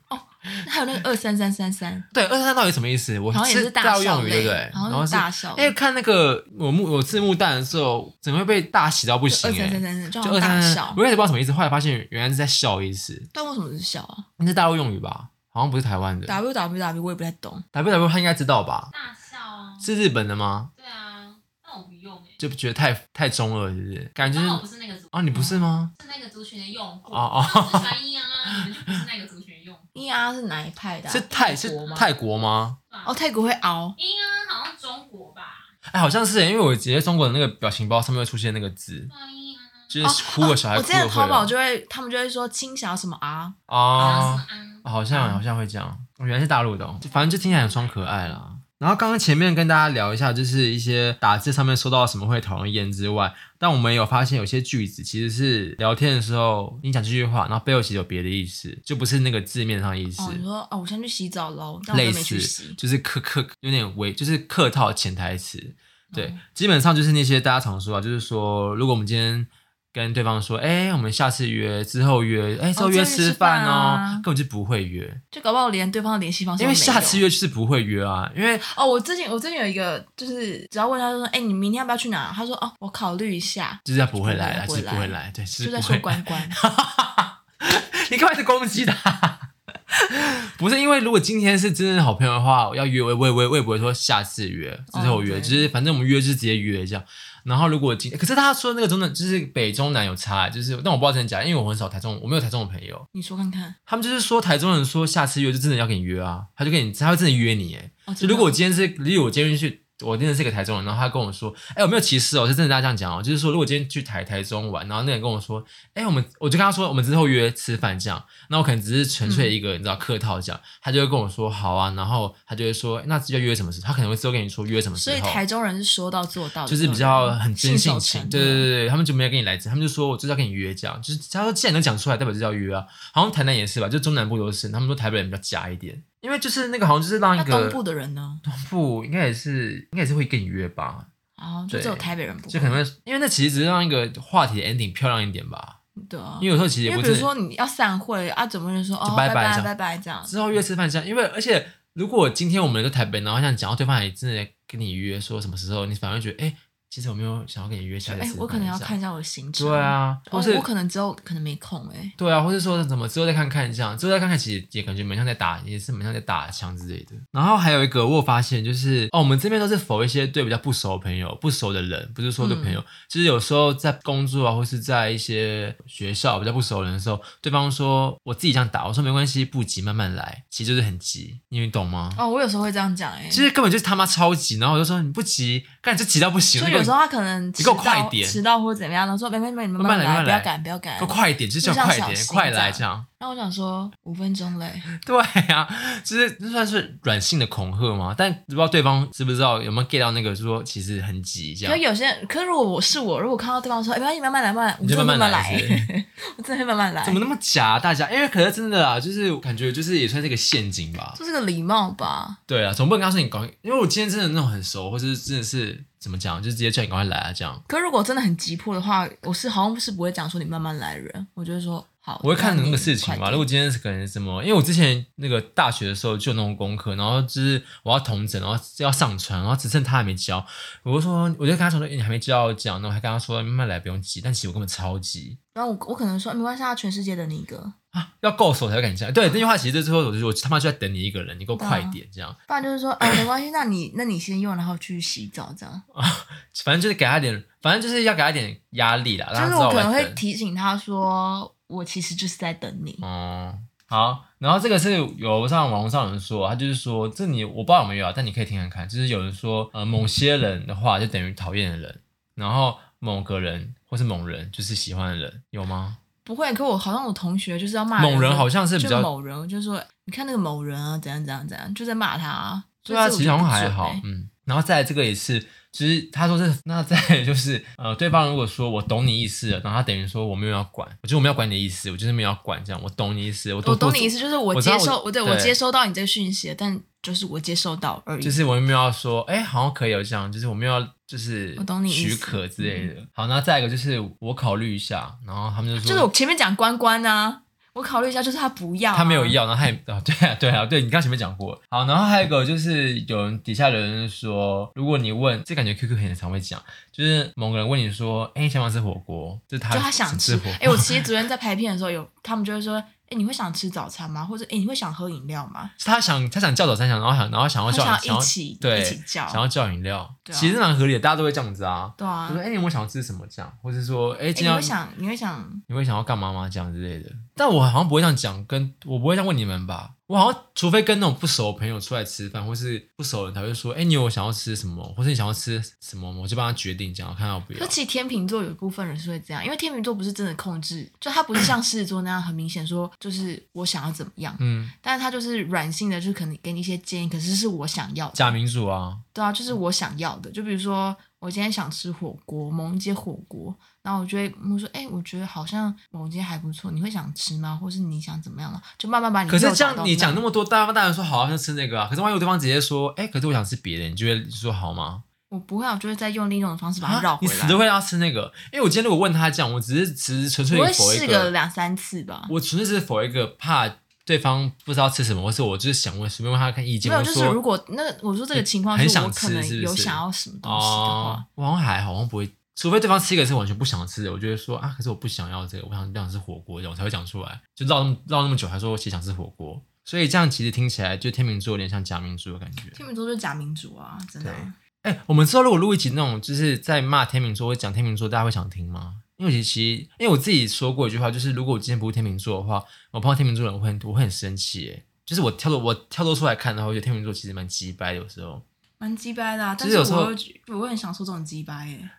Speaker 1: 还有那个二三三三三，
Speaker 2: 对，二三到底什么意思？我
Speaker 1: 好像也是大
Speaker 2: 道
Speaker 1: 笑
Speaker 2: 用语对
Speaker 1: 类
Speaker 2: 不对？
Speaker 1: 好
Speaker 2: 然
Speaker 1: 像
Speaker 2: 后
Speaker 1: 是
Speaker 2: 是
Speaker 1: 大笑
Speaker 2: 哎、
Speaker 1: 类，
Speaker 2: 看那个我木我字幕弹的时候，怎么会被大洗到不
Speaker 1: 就
Speaker 2: 行、
Speaker 1: 二三三
Speaker 2: 欸？
Speaker 1: 三三，就
Speaker 2: 就
Speaker 1: 好
Speaker 2: 二
Speaker 1: 像
Speaker 2: 三
Speaker 1: 大
Speaker 2: 三
Speaker 1: 笑
Speaker 2: 三，我，也不知道什么意思，后来发现原来是在笑的意思，
Speaker 1: 但为什么是笑啊
Speaker 2: 那是大陆用语吧？好像不是台湾的。
Speaker 1: ？W W W 我也不太懂，
Speaker 2: W W 他应该知道吧？
Speaker 5: 大笑啊，
Speaker 2: 是日本的吗？
Speaker 5: 对啊，但我不用哎、欸，
Speaker 2: 就觉得太太中二，是不是？感觉
Speaker 5: 刚
Speaker 2: 就
Speaker 5: 好
Speaker 1: 哦
Speaker 5: 我
Speaker 2: 是
Speaker 5: 不是那个族，
Speaker 2: 啊，你不是吗？
Speaker 5: 是那个族群的用户，
Speaker 2: 哦哦
Speaker 5: 我是传阴阳啊，你们就不是那个族群的用户，
Speaker 1: 阴啊是哪一派的啊？
Speaker 2: 是泰是
Speaker 1: 国吗？
Speaker 2: 泰国吗？
Speaker 1: 哦，泰国会熬，
Speaker 5: 阴阳啊好像中国吧，
Speaker 2: 哎，好像是，因为我直接中国的那个表情包上面会出现那个字，
Speaker 5: 对啊阴阳啊，
Speaker 2: 就是哭了小孩
Speaker 1: 哦我
Speaker 2: 哭
Speaker 1: 之前
Speaker 2: 了
Speaker 1: 淘
Speaker 2: 会啊
Speaker 1: 宝
Speaker 2: 了
Speaker 1: 就会，他们就会说亲小什么啊，
Speaker 5: 然后
Speaker 2: 啊
Speaker 5: 什，么安，
Speaker 2: 好像好像会这样，原来是大陆的、哦，就反正就听起来很双可爱啦。然后刚刚前面跟大家聊一下，就是一些打字上面收到什么会讨人厌之外，但我们有发现有些句子其实是聊天的时候你讲这句话，然后背后其实有别的意思，就不是那个字面上的意思。
Speaker 1: 哦，你说哦，我先去洗澡喽，但我
Speaker 2: 类
Speaker 1: 都没去
Speaker 2: 似
Speaker 1: 洗，
Speaker 2: 就是客客有点微，就是客套潜台词。
Speaker 1: 哦
Speaker 2: 对，基本上就是那些大家常说啊，就是说，如果我们今天跟对方说，哎、我们下次约，之后约，哎、之后约
Speaker 1: 这个是
Speaker 2: 吃饭
Speaker 1: 饭
Speaker 2: 哦，
Speaker 1: 啊
Speaker 2: 根本就不会约，
Speaker 1: 就搞不好连对方的联系方式
Speaker 2: 因
Speaker 1: 哦都没
Speaker 2: 为
Speaker 1: 有
Speaker 2: 下次约就是不会约啊，因为
Speaker 1: 哦，我最近我最近有一个，就是只要问他说，哎，你明天要不要去哪？他说哦，我考虑一下，
Speaker 2: 就是他不会来啊，就
Speaker 1: 不会
Speaker 2: 是
Speaker 1: 来
Speaker 2: 不会来，对，就是
Speaker 1: 就在
Speaker 2: 不
Speaker 1: 说
Speaker 2: 会
Speaker 1: 关
Speaker 2: 来。
Speaker 1: 关，
Speaker 2: 你干嘛一直攻击他？不是因为如果今天是真正的好朋友的话，我要约我也我也我也我也不会说下次约，之后约，
Speaker 1: 哦对
Speaker 2: 就是反正我们约就是直接约这样。然后如果今可是他说那个中南就是北中南有差，就是但我不知道真的假的，因为我很少台中，我没有台中的朋友，
Speaker 1: 你说看看。
Speaker 2: 他们就是说台中人说下次约就真的要跟你约啊，他就跟你他会真的约你哎。
Speaker 1: 哦，
Speaker 2: 就
Speaker 1: 真的
Speaker 2: 如果我今天是，例如我今天去，我真的是一个台中人，然后他跟我说，哎、我没有歧视哦，是真的大家这样讲哦，就是说，如果今天去台台中玩，然后那个人跟我说，哎、我们我就跟他说，我们之后约吃饭这样，那我可能只是纯粹一个、你知道客套这样，他就会跟我说好啊，然后他就会说，哎那要约什么时候？他可能会之后跟你说约什么时
Speaker 1: 所以
Speaker 2: 候。
Speaker 1: 台中人是说到做到的嗯
Speaker 2: 就
Speaker 1: 那种人，
Speaker 2: 是比较很真性
Speaker 1: 手
Speaker 2: 情，
Speaker 1: 诚
Speaker 2: 对对对对，他们就没有跟你来自，他们就说我就是要跟你约这样，就是他说既然能讲出来，代表就是要约啊。好像台南也是吧，就中南部都是，他们说台北人比较假一点，因为就是那个好像就是让一
Speaker 1: 那
Speaker 2: 个
Speaker 1: 东部的人呢？
Speaker 2: 不，应该也是，应该也是会跟你约吧，
Speaker 1: 哦，就只有
Speaker 2: 对
Speaker 1: 台北人不会，
Speaker 2: 就可能会，因为那其实只是让一个话题的 ending 漂亮一点吧。
Speaker 1: 对啊，
Speaker 2: 因为有时候其实也
Speaker 1: 因
Speaker 2: 不
Speaker 1: 为
Speaker 2: 是
Speaker 1: 比如说你要散会啊，怎么人说哦
Speaker 2: 拜拜这
Speaker 1: 拜
Speaker 2: 样
Speaker 1: 拜拜这样，
Speaker 2: 之后约吃饭这样，因为而且如果今天我们在台北，然后想讲到对方也真的跟你约说什么时候，你反而会觉得，哎、其实我没有想要跟你约下一次
Speaker 1: 哎、
Speaker 2: 吃饭。
Speaker 1: 我可能要
Speaker 2: 这样
Speaker 1: 看一下我的行程。
Speaker 2: 对，啊，
Speaker 1: 哦
Speaker 2: 或是、
Speaker 1: 我可能之后可能没空哎、
Speaker 2: 对啊，或是说什么之后再看看这样，之后再看看，其实也感觉蛮像在打，也是蛮像在打枪之类的。然后还有一个我有发现就是，哦，我们这边都是否一些对比较不熟的朋友、不熟的人，不是说对朋
Speaker 1: 嗯
Speaker 2: 友，就是有时候在工作啊，或是在一些学校比较不熟的人的时候，对方说我自己这样打，我说没关系，不急，慢慢来，其实就是很急，你懂吗？
Speaker 1: 哦，我有时候会这样讲哎、
Speaker 2: 其实根本就是他妈超急，然后我就说你不急，干你就急到不行，
Speaker 1: 就
Speaker 2: 你
Speaker 1: 有
Speaker 2: 给
Speaker 1: 时
Speaker 2: 我
Speaker 1: 候他可能
Speaker 2: 你
Speaker 1: 迟
Speaker 2: 给
Speaker 1: 到
Speaker 2: 我快点
Speaker 1: 迟到或者怎么样，然后说没没没，你们
Speaker 2: 慢慢
Speaker 1: 慢
Speaker 2: 来慢慢
Speaker 1: 不要
Speaker 2: 来
Speaker 1: 赶不要赶
Speaker 2: 给我。快一点，就是叫
Speaker 1: 就像
Speaker 2: 快一
Speaker 1: 小
Speaker 2: 点，
Speaker 1: 心
Speaker 2: 快
Speaker 1: 这
Speaker 2: 来
Speaker 1: 样
Speaker 2: 这样。
Speaker 1: 然后我想说五分钟嘞，
Speaker 2: 对呀、啊，就是这算是软性的恐吓嘛，但不知道对方知不知道有没有 get 到那个，就是说其实很急这
Speaker 1: 可
Speaker 2: 样，
Speaker 1: 有些人，可是如果我是我，如果看到对方说哎、没关系，慢慢来慢慢来，我
Speaker 2: 你就
Speaker 1: 真的
Speaker 2: 慢慢
Speaker 1: 慢
Speaker 2: 来
Speaker 1: 来， 我真的会慢慢来
Speaker 2: 怎，么那么假、大家，因为可是真的啊，就是感觉就是也算是一个陷阱吧。
Speaker 1: 这是个礼貌吧？
Speaker 2: 对啊，总不能告诉你赶快，因为我今天真的那种很熟，或者是真的是怎么讲，就直接叫你赶快来啊这样。
Speaker 1: 可是如果真的很急迫的话，我是好像是不会讲说你慢慢来的人，我就会说好，
Speaker 2: 我会看
Speaker 1: 哦你
Speaker 2: 那个事情
Speaker 1: 快
Speaker 2: 嘛。
Speaker 1: 点
Speaker 2: 如果今天是可能什么，因为我之前那个大学的时候就有那种功课，然后就是我要同整，然后要上传，然后只剩他还没交，我就说我就跟他说，欸你还没交，这样，然后我还跟他说慢慢来，不用急。但其实我根本超急
Speaker 1: 然后我我可能说没关系啊，全世界等你一个，
Speaker 2: 啊，要够熟才会敢这样。
Speaker 1: 嗯
Speaker 2: 对，这句话其实就是说，我就我他妈就在等你一个人，你给我快点这样。
Speaker 1: 不然就是说，哎，没关系，那你那你先用，然后去洗澡这样。
Speaker 2: 反正就是给他点，反正就是要给他点压力啦，
Speaker 1: 就
Speaker 2: 让他
Speaker 1: 是
Speaker 2: 知道
Speaker 1: 我
Speaker 2: 我
Speaker 1: 可能
Speaker 2: 在
Speaker 1: 会
Speaker 2: 等。
Speaker 1: 提醒他说，我其实就是在等你。
Speaker 2: 哦、好，然后这个是有上网络上有人说，他就是说，这你我不知道有没有啊，但你可以听看看，就是有人说，呃，某些人的话就等于讨厌的人，然后某个人或是某人就是喜欢的人，有吗？
Speaker 1: 不会，可我好像我同学就是要骂
Speaker 2: 某人好像是比
Speaker 1: 就
Speaker 2: 较
Speaker 1: 某人，我就说你看那个某人啊，怎样怎样怎样，就在骂他、啊。
Speaker 2: 对啊，其
Speaker 1: 所以
Speaker 2: 实
Speaker 1: 这
Speaker 2: 好
Speaker 1: 我
Speaker 2: 像
Speaker 1: 就不
Speaker 2: 还
Speaker 1: 准
Speaker 2: 好
Speaker 1: 欸，
Speaker 2: 嗯。然后再来这个也是，就是他说是那再来就是呃，对方如果说我懂你意思了，然后他等于说我没有要管，我觉得我没有要管你的意思，我就是没有要管这样，我懂你意思，我
Speaker 1: 我
Speaker 2: 多
Speaker 1: 懂
Speaker 2: 多
Speaker 1: 你意思，就是
Speaker 2: 我
Speaker 1: 我
Speaker 2: 知道
Speaker 1: 接
Speaker 2: 我
Speaker 1: 受，我对
Speaker 2: 对
Speaker 1: 我接收到你这个讯息了，但就是我接收到而已。
Speaker 2: 就是我也没有要说，哎、好像可以有这样，就是我没有要就是
Speaker 1: 我懂你意
Speaker 2: 许
Speaker 1: 思嗯
Speaker 2: 可之类的。好，那再一个就是我考虑一下，然后他们就说，
Speaker 1: 就是我前面讲关关啊，我考虑一下，就是他不要啊、
Speaker 2: 他没有要，然后他也啊，对啊，对啊，对你刚前面讲过。好，然后还有一个就是有人底下有人说，如果你问，这感觉 QQ 很常会讲，就是某个人问你说，哎、你想不想吃火锅？就是他
Speaker 1: 就他想吃
Speaker 2: 火锅。。
Speaker 1: 哎、我其实昨天在排片的时候有，他们就会说，哎、你会想吃早餐吗？或者哎、你会想喝饮料吗？
Speaker 2: 是他想他想叫早餐，想然后想然后哦想要
Speaker 1: 他
Speaker 2: 叫
Speaker 1: 想
Speaker 2: 想要
Speaker 1: 一起
Speaker 2: 对
Speaker 1: 一起叫，
Speaker 2: 想要叫饮料，
Speaker 1: 对啊
Speaker 2: 其实蛮合理的，大家都会这样子啊。
Speaker 1: 对啊
Speaker 2: 就。说哎、你有没有想要吃什么这样，或是说哎、
Speaker 1: 哎、
Speaker 2: 今
Speaker 1: 你
Speaker 2: 天
Speaker 1: 会想，你会想，
Speaker 2: 你会想要干嘛吗？这样之类的。但我好像不会这样讲，跟我不会这样问你们吧。我好像除非跟那种不熟的朋友出来吃饭，或是不熟的人才会说，哎、你有想要吃什么，或是你想要吃什么，我就帮他决定这样，看要不
Speaker 1: 就
Speaker 2: 要。
Speaker 1: 其实天秤座有一部分人是会这样，因为天秤座不是真的控制，就他不是 像狮子座那样很明显说，就是我想要怎么样，
Speaker 2: 嗯，
Speaker 1: 但是他就是软性的，就可能给你一些建议，可是是我想要的，
Speaker 2: 假民主啊，
Speaker 1: 对啊，就是我想要的。就比如说，我今天想吃火锅，某一间火锅，然后我就会我说，哎、我觉得好像某一间还不错，你会想吃吗？或是你想怎么样吗？就慢慢把你
Speaker 2: 可是
Speaker 1: 诱
Speaker 2: 这
Speaker 1: 导
Speaker 2: 样
Speaker 1: 到
Speaker 2: 你
Speaker 1: 那
Speaker 2: 讲那么多，大家当然说好啊，那吃那个啊。可是万一有对方直接说，哎、可是我想吃别的，你就会说好吗？
Speaker 1: 我不会啊，我就会再用另一种方式把它
Speaker 2: 啊
Speaker 1: 绕回
Speaker 2: 你
Speaker 1: 来。
Speaker 2: 死都会要吃那个。因为我今天如果问他这样，我只是只是纯粹
Speaker 1: 我会
Speaker 2: 否一
Speaker 1: 试个两三次吧。
Speaker 2: 我纯粹是否一个怕对方不知道吃什么，或是我就是想问随便问他看意见，
Speaker 1: 没有，
Speaker 2: 或
Speaker 1: 就
Speaker 2: 者
Speaker 1: 是
Speaker 2: 说
Speaker 1: 如果那我说这个情况
Speaker 2: 很
Speaker 1: 是
Speaker 2: 想
Speaker 1: 我可
Speaker 2: 吃
Speaker 1: 能
Speaker 2: 是不
Speaker 1: 有
Speaker 2: 是
Speaker 1: 想要什么东西的
Speaker 2: 哦
Speaker 1: 话，，
Speaker 2: 我好像还好，好像不会，除非对方吃一个是完全不想吃的，我就会说啊，可是我不想要这个，我想想吃火锅这样，我才会讲出来，就绕那么绕那么久，还说我其实想吃火锅，所以这样其实听起来就天秤座有点像假民主的感觉。
Speaker 1: 天秤座就是假民主啊，真的啊。
Speaker 2: 哎、我们之后如果录一集那种就是在骂天秤座或讲天秤座，大家会想听吗？因为其实，因为我自己说过一句话，就是如果我今天不是天秤座的话，我碰到天秤座的人，我会很我会很生气。哎，就是我跳脱我跳脱出来看的话，我觉得天秤座其实蛮鸡掰的。有时候
Speaker 1: 蛮鸡掰的、啊，
Speaker 2: 就
Speaker 1: 但
Speaker 2: 是
Speaker 1: 是
Speaker 2: 有时候
Speaker 1: 我又觉我会很享受这种鸡掰耶。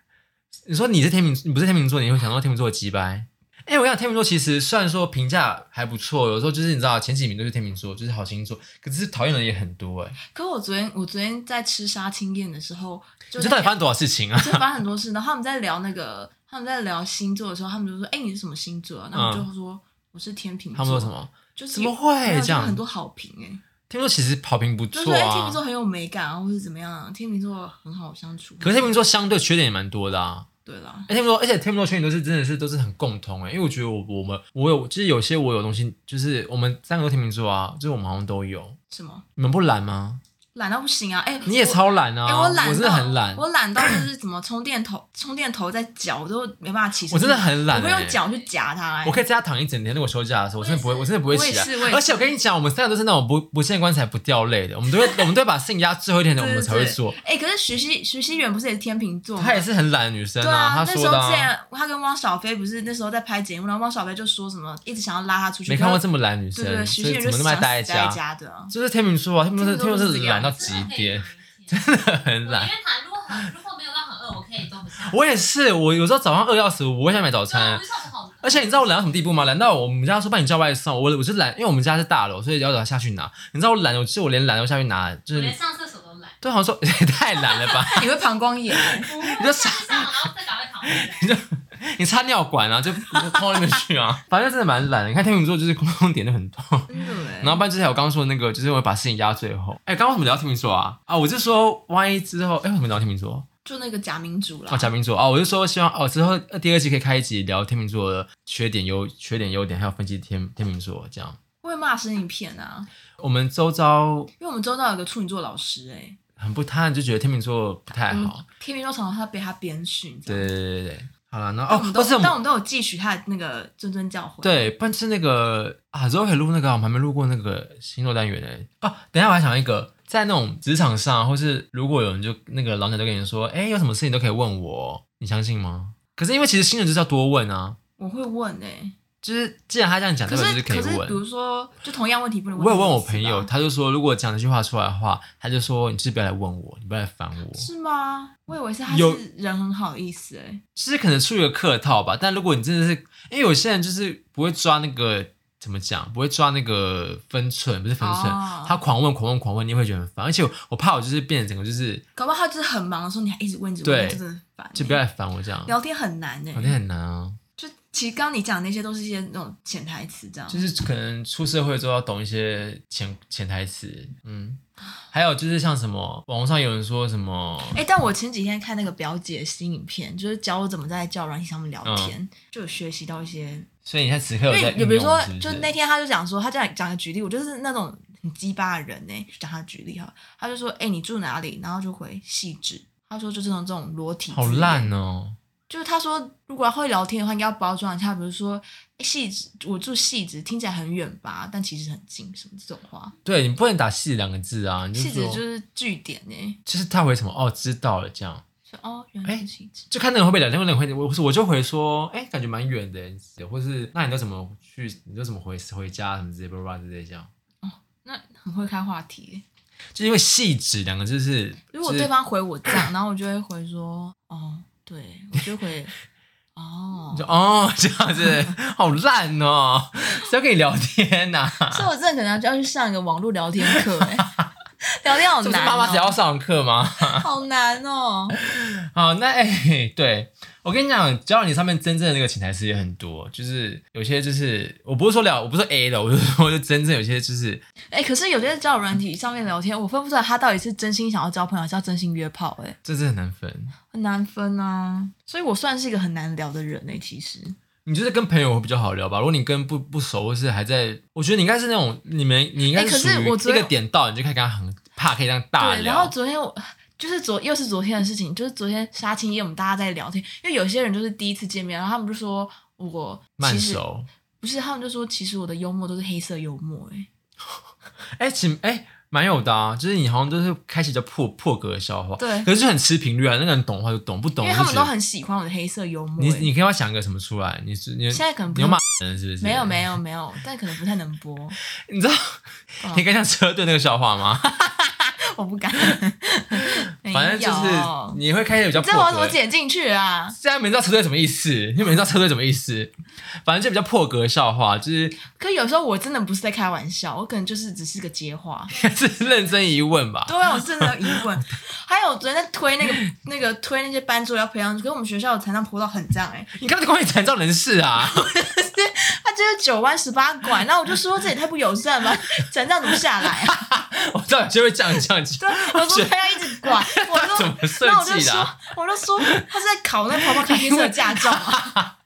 Speaker 2: 你说你是天秤，你不是天秤座，你会想到天秤座的鸡掰。哎、我想天秤座其实虽然说评价还不错，有时候就是你知道前几名都是天秤座，就是好星座，可是讨厌的人也很多哎、
Speaker 1: 可我昨天我昨天在吃杀青宴的时候，就
Speaker 2: 你
Speaker 1: 在
Speaker 2: 这到底发生多少事情啊？
Speaker 1: 就发生很多事，然后他们在聊那个他们在聊星座的时候，他们就说：“哎、你是什么星座、啊？”然后我就说：“我是天秤座。”
Speaker 2: 嗯他们说什？么？
Speaker 1: 就是
Speaker 2: 怎么会
Speaker 1: 没有就
Speaker 2: 这样
Speaker 1: 很多好评哎、
Speaker 2: 天秤座其实好评不
Speaker 1: 就是
Speaker 2: 错
Speaker 1: 哎、
Speaker 2: 啊。
Speaker 1: 天秤座很有美感啊，或是怎么样、啊？天秤座很好相处。
Speaker 2: 可是天秤座相对缺点也蛮多的啊。
Speaker 1: 对啦，
Speaker 2: 而且说，而且天秤座缺点都是真的是都是很共通诶、哎因为我觉得我我们我有，就是有些我有东西，就是我们三个都天秤座啊，就是我们好像都有。
Speaker 1: 什么
Speaker 2: 你们不懒吗？
Speaker 1: 懒到不行啊？哎、
Speaker 2: 你也
Speaker 1: 我。
Speaker 2: 超懒啊！
Speaker 1: 哎、我懒，
Speaker 2: 真的很懒，
Speaker 1: 我懒到就是怎么充电头，充电头在脚都没办法起身。
Speaker 2: 我真的很懒
Speaker 1: 我会
Speaker 2: 哎
Speaker 1: 用脚去夹它、哎
Speaker 2: 我可以在家躺一整天。如果休假的时候，我真的不会，
Speaker 5: 我也
Speaker 2: 我真
Speaker 5: 是
Speaker 2: 的不会起来
Speaker 1: 我也是我也。是
Speaker 2: 而且我跟你讲，我们三个都是那种不不见棺材不掉泪的，我们都会我们都会把事情压最后一天的，我们才会做。
Speaker 1: 哎、可是徐熙徐熙媛不是也是天秤座吗？
Speaker 2: 她也是很懒的女生
Speaker 1: 对啊，
Speaker 2: 她
Speaker 1: 那
Speaker 2: 说
Speaker 1: 时候
Speaker 2: 的、
Speaker 1: 之
Speaker 2: 啊，
Speaker 1: 前她跟汪小菲不是那时候在拍节目，然后汪小菲就说什么一直想要拉她出去，
Speaker 2: 没看过
Speaker 1: 可是
Speaker 2: 这么懒的女生，
Speaker 1: 对对，徐
Speaker 2: 所
Speaker 1: 熙
Speaker 2: 以
Speaker 1: 媛
Speaker 2: 怎
Speaker 1: 就
Speaker 2: 么那
Speaker 1: 是
Speaker 2: 么爱
Speaker 1: 想
Speaker 2: 待在家？
Speaker 1: 待家的啊。
Speaker 2: 就是天秤座啊，天秤座
Speaker 1: 天
Speaker 2: 天秤
Speaker 1: 秤座就是
Speaker 2: 座
Speaker 1: 这个
Speaker 2: 懒
Speaker 1: 样
Speaker 2: 到极
Speaker 1: 子啊
Speaker 5: 真的可以
Speaker 2: 点，
Speaker 5: 有一天
Speaker 2: 真的很
Speaker 5: 我
Speaker 2: 懒
Speaker 5: 因。为他如果很如果没有到很饿，我可以都不下。
Speaker 2: 我也是，我有时候早上饿要死，我不会想买早
Speaker 5: 对
Speaker 2: 餐
Speaker 5: 啊，我就。想好饿。
Speaker 2: 而且你知道我懒到什么地步吗？懒到我们家说帮你叫外送，我我是懒，因为我们家是大楼，所以要早下去拿。你知道我懒，我就我连懒都下去拿，就
Speaker 5: 我
Speaker 2: 是
Speaker 5: 连上厕所都懒，
Speaker 2: 对好像说也太懒了吧？
Speaker 1: 你会膀胱炎，哦
Speaker 5: 我会
Speaker 2: 你就
Speaker 5: 上 上，然后再赶快躺回来。
Speaker 2: 你插尿管啊，就 碰到那边去啊。 反正真的蛮懒的。你看天秤座就是共同点都很多。
Speaker 1: 真的 哎
Speaker 2: 然后，不然就是我刚刚说的那个，就是我把事情压最后。哎、刚刚为什么聊天秤座啊？啊，我就说万一之后，哎、为什么聊天秤座？
Speaker 1: 就那个假民主啦
Speaker 2: 哦，。假名座哦，我就说希望哦，之后呃第二季可以开一集聊天秤座的缺点、优缺点、优点，还有分析天天秤座这样。
Speaker 1: 会骂声一片啊，
Speaker 2: 我们周遭
Speaker 1: 因为我们周遭有个处女座老师哎、
Speaker 2: 很不贪，就觉得天秤座不太
Speaker 1: 我们
Speaker 2: 好。
Speaker 1: 天秤座常常他被他鞭训，这
Speaker 2: 对
Speaker 1: 样
Speaker 2: 对对对对，好了，那
Speaker 1: 但
Speaker 2: 哦
Speaker 1: 我们，都
Speaker 2: 不是我
Speaker 1: 但我
Speaker 2: 们
Speaker 1: 们都有汲取他的那个谆谆教诲。
Speaker 2: 对，但是那个啊，之后可以录那个啊，我们还没录过那个星座单元呢。哦，等一下我还想一个，在那种职场上，或是如果有人就那个老鸟就跟你说，哎，有什么事情都可以问我，你相信吗？可是因为其实新人就是要多问啊，
Speaker 1: 我会问哎、
Speaker 2: 就是既然他这样讲，
Speaker 1: 可
Speaker 2: 代表啊就是
Speaker 1: 是
Speaker 2: 可以
Speaker 1: 是，比如
Speaker 2: 问。
Speaker 1: 说，就同样问题不能
Speaker 2: 我有问
Speaker 1: 问
Speaker 2: 我
Speaker 1: 第一次
Speaker 2: 朋友，
Speaker 1: 吧，
Speaker 2: 他就啊说，如果讲这句话出来的话，他就说你就是不要来问我，你不要来烦我。
Speaker 1: 是吗？我以为是他
Speaker 2: 有
Speaker 1: 是人很好的意思哎、
Speaker 2: 就是可能出于一个客套吧，但如果你真的是，因为有些人就是不会抓那个怎么讲，不会抓那个分寸，不是分寸，
Speaker 1: 哦
Speaker 2: 他狂问狂问狂问，你会觉得很烦，而且我我怕我就是变成整个就是
Speaker 1: 搞不好他就是很忙的时候，你还一直问，一直
Speaker 2: 对
Speaker 1: 问，真的很烦欸、
Speaker 2: 就不要来烦我这样，
Speaker 1: 聊天很难哎、
Speaker 2: 聊天很难啊，
Speaker 1: 就其实刚刚你讲的那些都是一些那种潜台词，这样。
Speaker 2: 就是可能出社会之后要懂一些潜潜台词，嗯，还有就是像什么网络上有人说什么，
Speaker 1: 哎、但我前几天看那个表姐新影片，就是教我怎么在交友软件上面
Speaker 2: 嗯
Speaker 1: 聊天，就有学习到一些
Speaker 2: 所以你现在此刻有
Speaker 1: 因
Speaker 2: 在
Speaker 1: 为
Speaker 2: 运
Speaker 1: 你
Speaker 2: 用
Speaker 1: 比如说
Speaker 2: 是不，是
Speaker 1: 就那天他就讲说，他这样讲个举例，我就是那种很鸡巴的人呢、就讲他举例哈，他就说，哎、你住哪里？然后就回细致，他说就是那种这种裸体，
Speaker 2: 好烂，哦，
Speaker 1: 就是他说如果要会聊天的话，应该要包装一下，比如说哎细致，我住细致，听起来很远吧，但其实很近，什么这种话，
Speaker 2: 对你不能打“细”两个字啊，你就
Speaker 1: 细致
Speaker 2: 说
Speaker 1: 就是据点呢、
Speaker 2: 就是他回什么哦知道了这样。
Speaker 1: 说哦，原来
Speaker 2: 哎
Speaker 1: 是细致。
Speaker 2: 就看那个人会不会聊天，那个人会，我我就回说，哎、感觉蛮远的，或是那你都怎么去，你都怎么回回家什么之类，巴拉巴拉之类这样，
Speaker 1: 那很会开话题耶、欸
Speaker 2: 哎就因为细致两个字是，
Speaker 1: 如果
Speaker 2: 就是
Speaker 1: 对方回我这样，然后我就会回说，哦，对，我就回，哦，
Speaker 2: 就哦这样子， 好烂哦，谁要跟你聊天呐、啊？
Speaker 1: 所以我真的可能就要去上一个网络聊天课、 欸，聊天好
Speaker 2: 这不是
Speaker 1: 难、
Speaker 2: 妈妈只要
Speaker 1: 哦，
Speaker 2: 上课吗？
Speaker 1: 好难哦。
Speaker 2: 好，那哎、对我跟你讲，交友你上面真正的那个潜台词也很多，就是有些就是我不是说聊，我不是说 A 的，我是说就真正有些就是
Speaker 1: 哎、可是有些交友软体上面聊天，我分不出来他到底是真心想要交朋友，还是要真心约炮、欸，哎，
Speaker 2: 这是很难分。
Speaker 1: 很难分啊。所以我算是一个很难聊的人哎、其实
Speaker 2: 你就是跟朋友会比较好聊吧。如果你跟不不熟或是还在，我觉得你应该是那种你们你应该
Speaker 1: 哎可
Speaker 2: 属
Speaker 1: 是
Speaker 2: 于
Speaker 1: 我昨
Speaker 2: 一
Speaker 1: 天
Speaker 2: 个点到你就可以跟他很怕可以这样大
Speaker 1: 对。然后
Speaker 2: 聊。
Speaker 1: 昨天我。就是昨又是昨天的事情，就是昨天杀青夜我们大家在聊天，因为有些人就是第一次见面，然后他们就说我
Speaker 2: 慢
Speaker 1: 其实
Speaker 2: 熟，
Speaker 1: 不是，他们就说其实我的幽默都是黑色幽默、欸，
Speaker 2: 哎、其实哎蛮有的啊，就是你好像都是开始叫破破格的笑话，
Speaker 1: 对
Speaker 2: 可是就很吃频率啊。那个人懂的话就懂，不懂
Speaker 1: 因为他们
Speaker 2: 就觉
Speaker 1: 都
Speaker 2: 得
Speaker 1: 很喜欢我的黑色幽默、
Speaker 2: 你
Speaker 1: 欸
Speaker 2: 你可以要想一个什么出来，你是你
Speaker 1: 现在可能不
Speaker 2: 你要
Speaker 1: 用
Speaker 2: 骂人是不是？
Speaker 1: 没有没有没有，但可能不太能播，
Speaker 2: 你知道、
Speaker 1: 嗯
Speaker 2: 你敢讲车队那个笑话吗？
Speaker 1: 我不 敢。没
Speaker 2: 反正就是
Speaker 1: 有
Speaker 2: 你会开始比较
Speaker 1: 你
Speaker 2: 破
Speaker 1: 这我要怎
Speaker 2: 格
Speaker 1: 么。剪进去啊？
Speaker 2: 现在没人知道车队什么意思，你们知道车队什么意思？反正就比较破格的笑话，就是
Speaker 1: 可有时候我真的不是在开玩笑，我可能就是只是个接话。
Speaker 2: 是认真一问吧。
Speaker 1: 对啊，我真的有疑问。还有我昨天在推 那个那个推那些班桌要培养，可是我们学校的残障坡道很这样哎、
Speaker 2: 你看这关于残障人士啊，
Speaker 1: 他就是九弯十八拐，那我就说这也太不友善了吧，残障怎么下来啊？
Speaker 2: 我知道有些会这样这样讲，
Speaker 1: 对， 我说他要一直拐，我说
Speaker 2: 怎么设
Speaker 1: 那我就
Speaker 2: 计的
Speaker 1: 说
Speaker 2: 啊？，
Speaker 1: 我就说他是在考那跑跑卡丁车的驾照啊。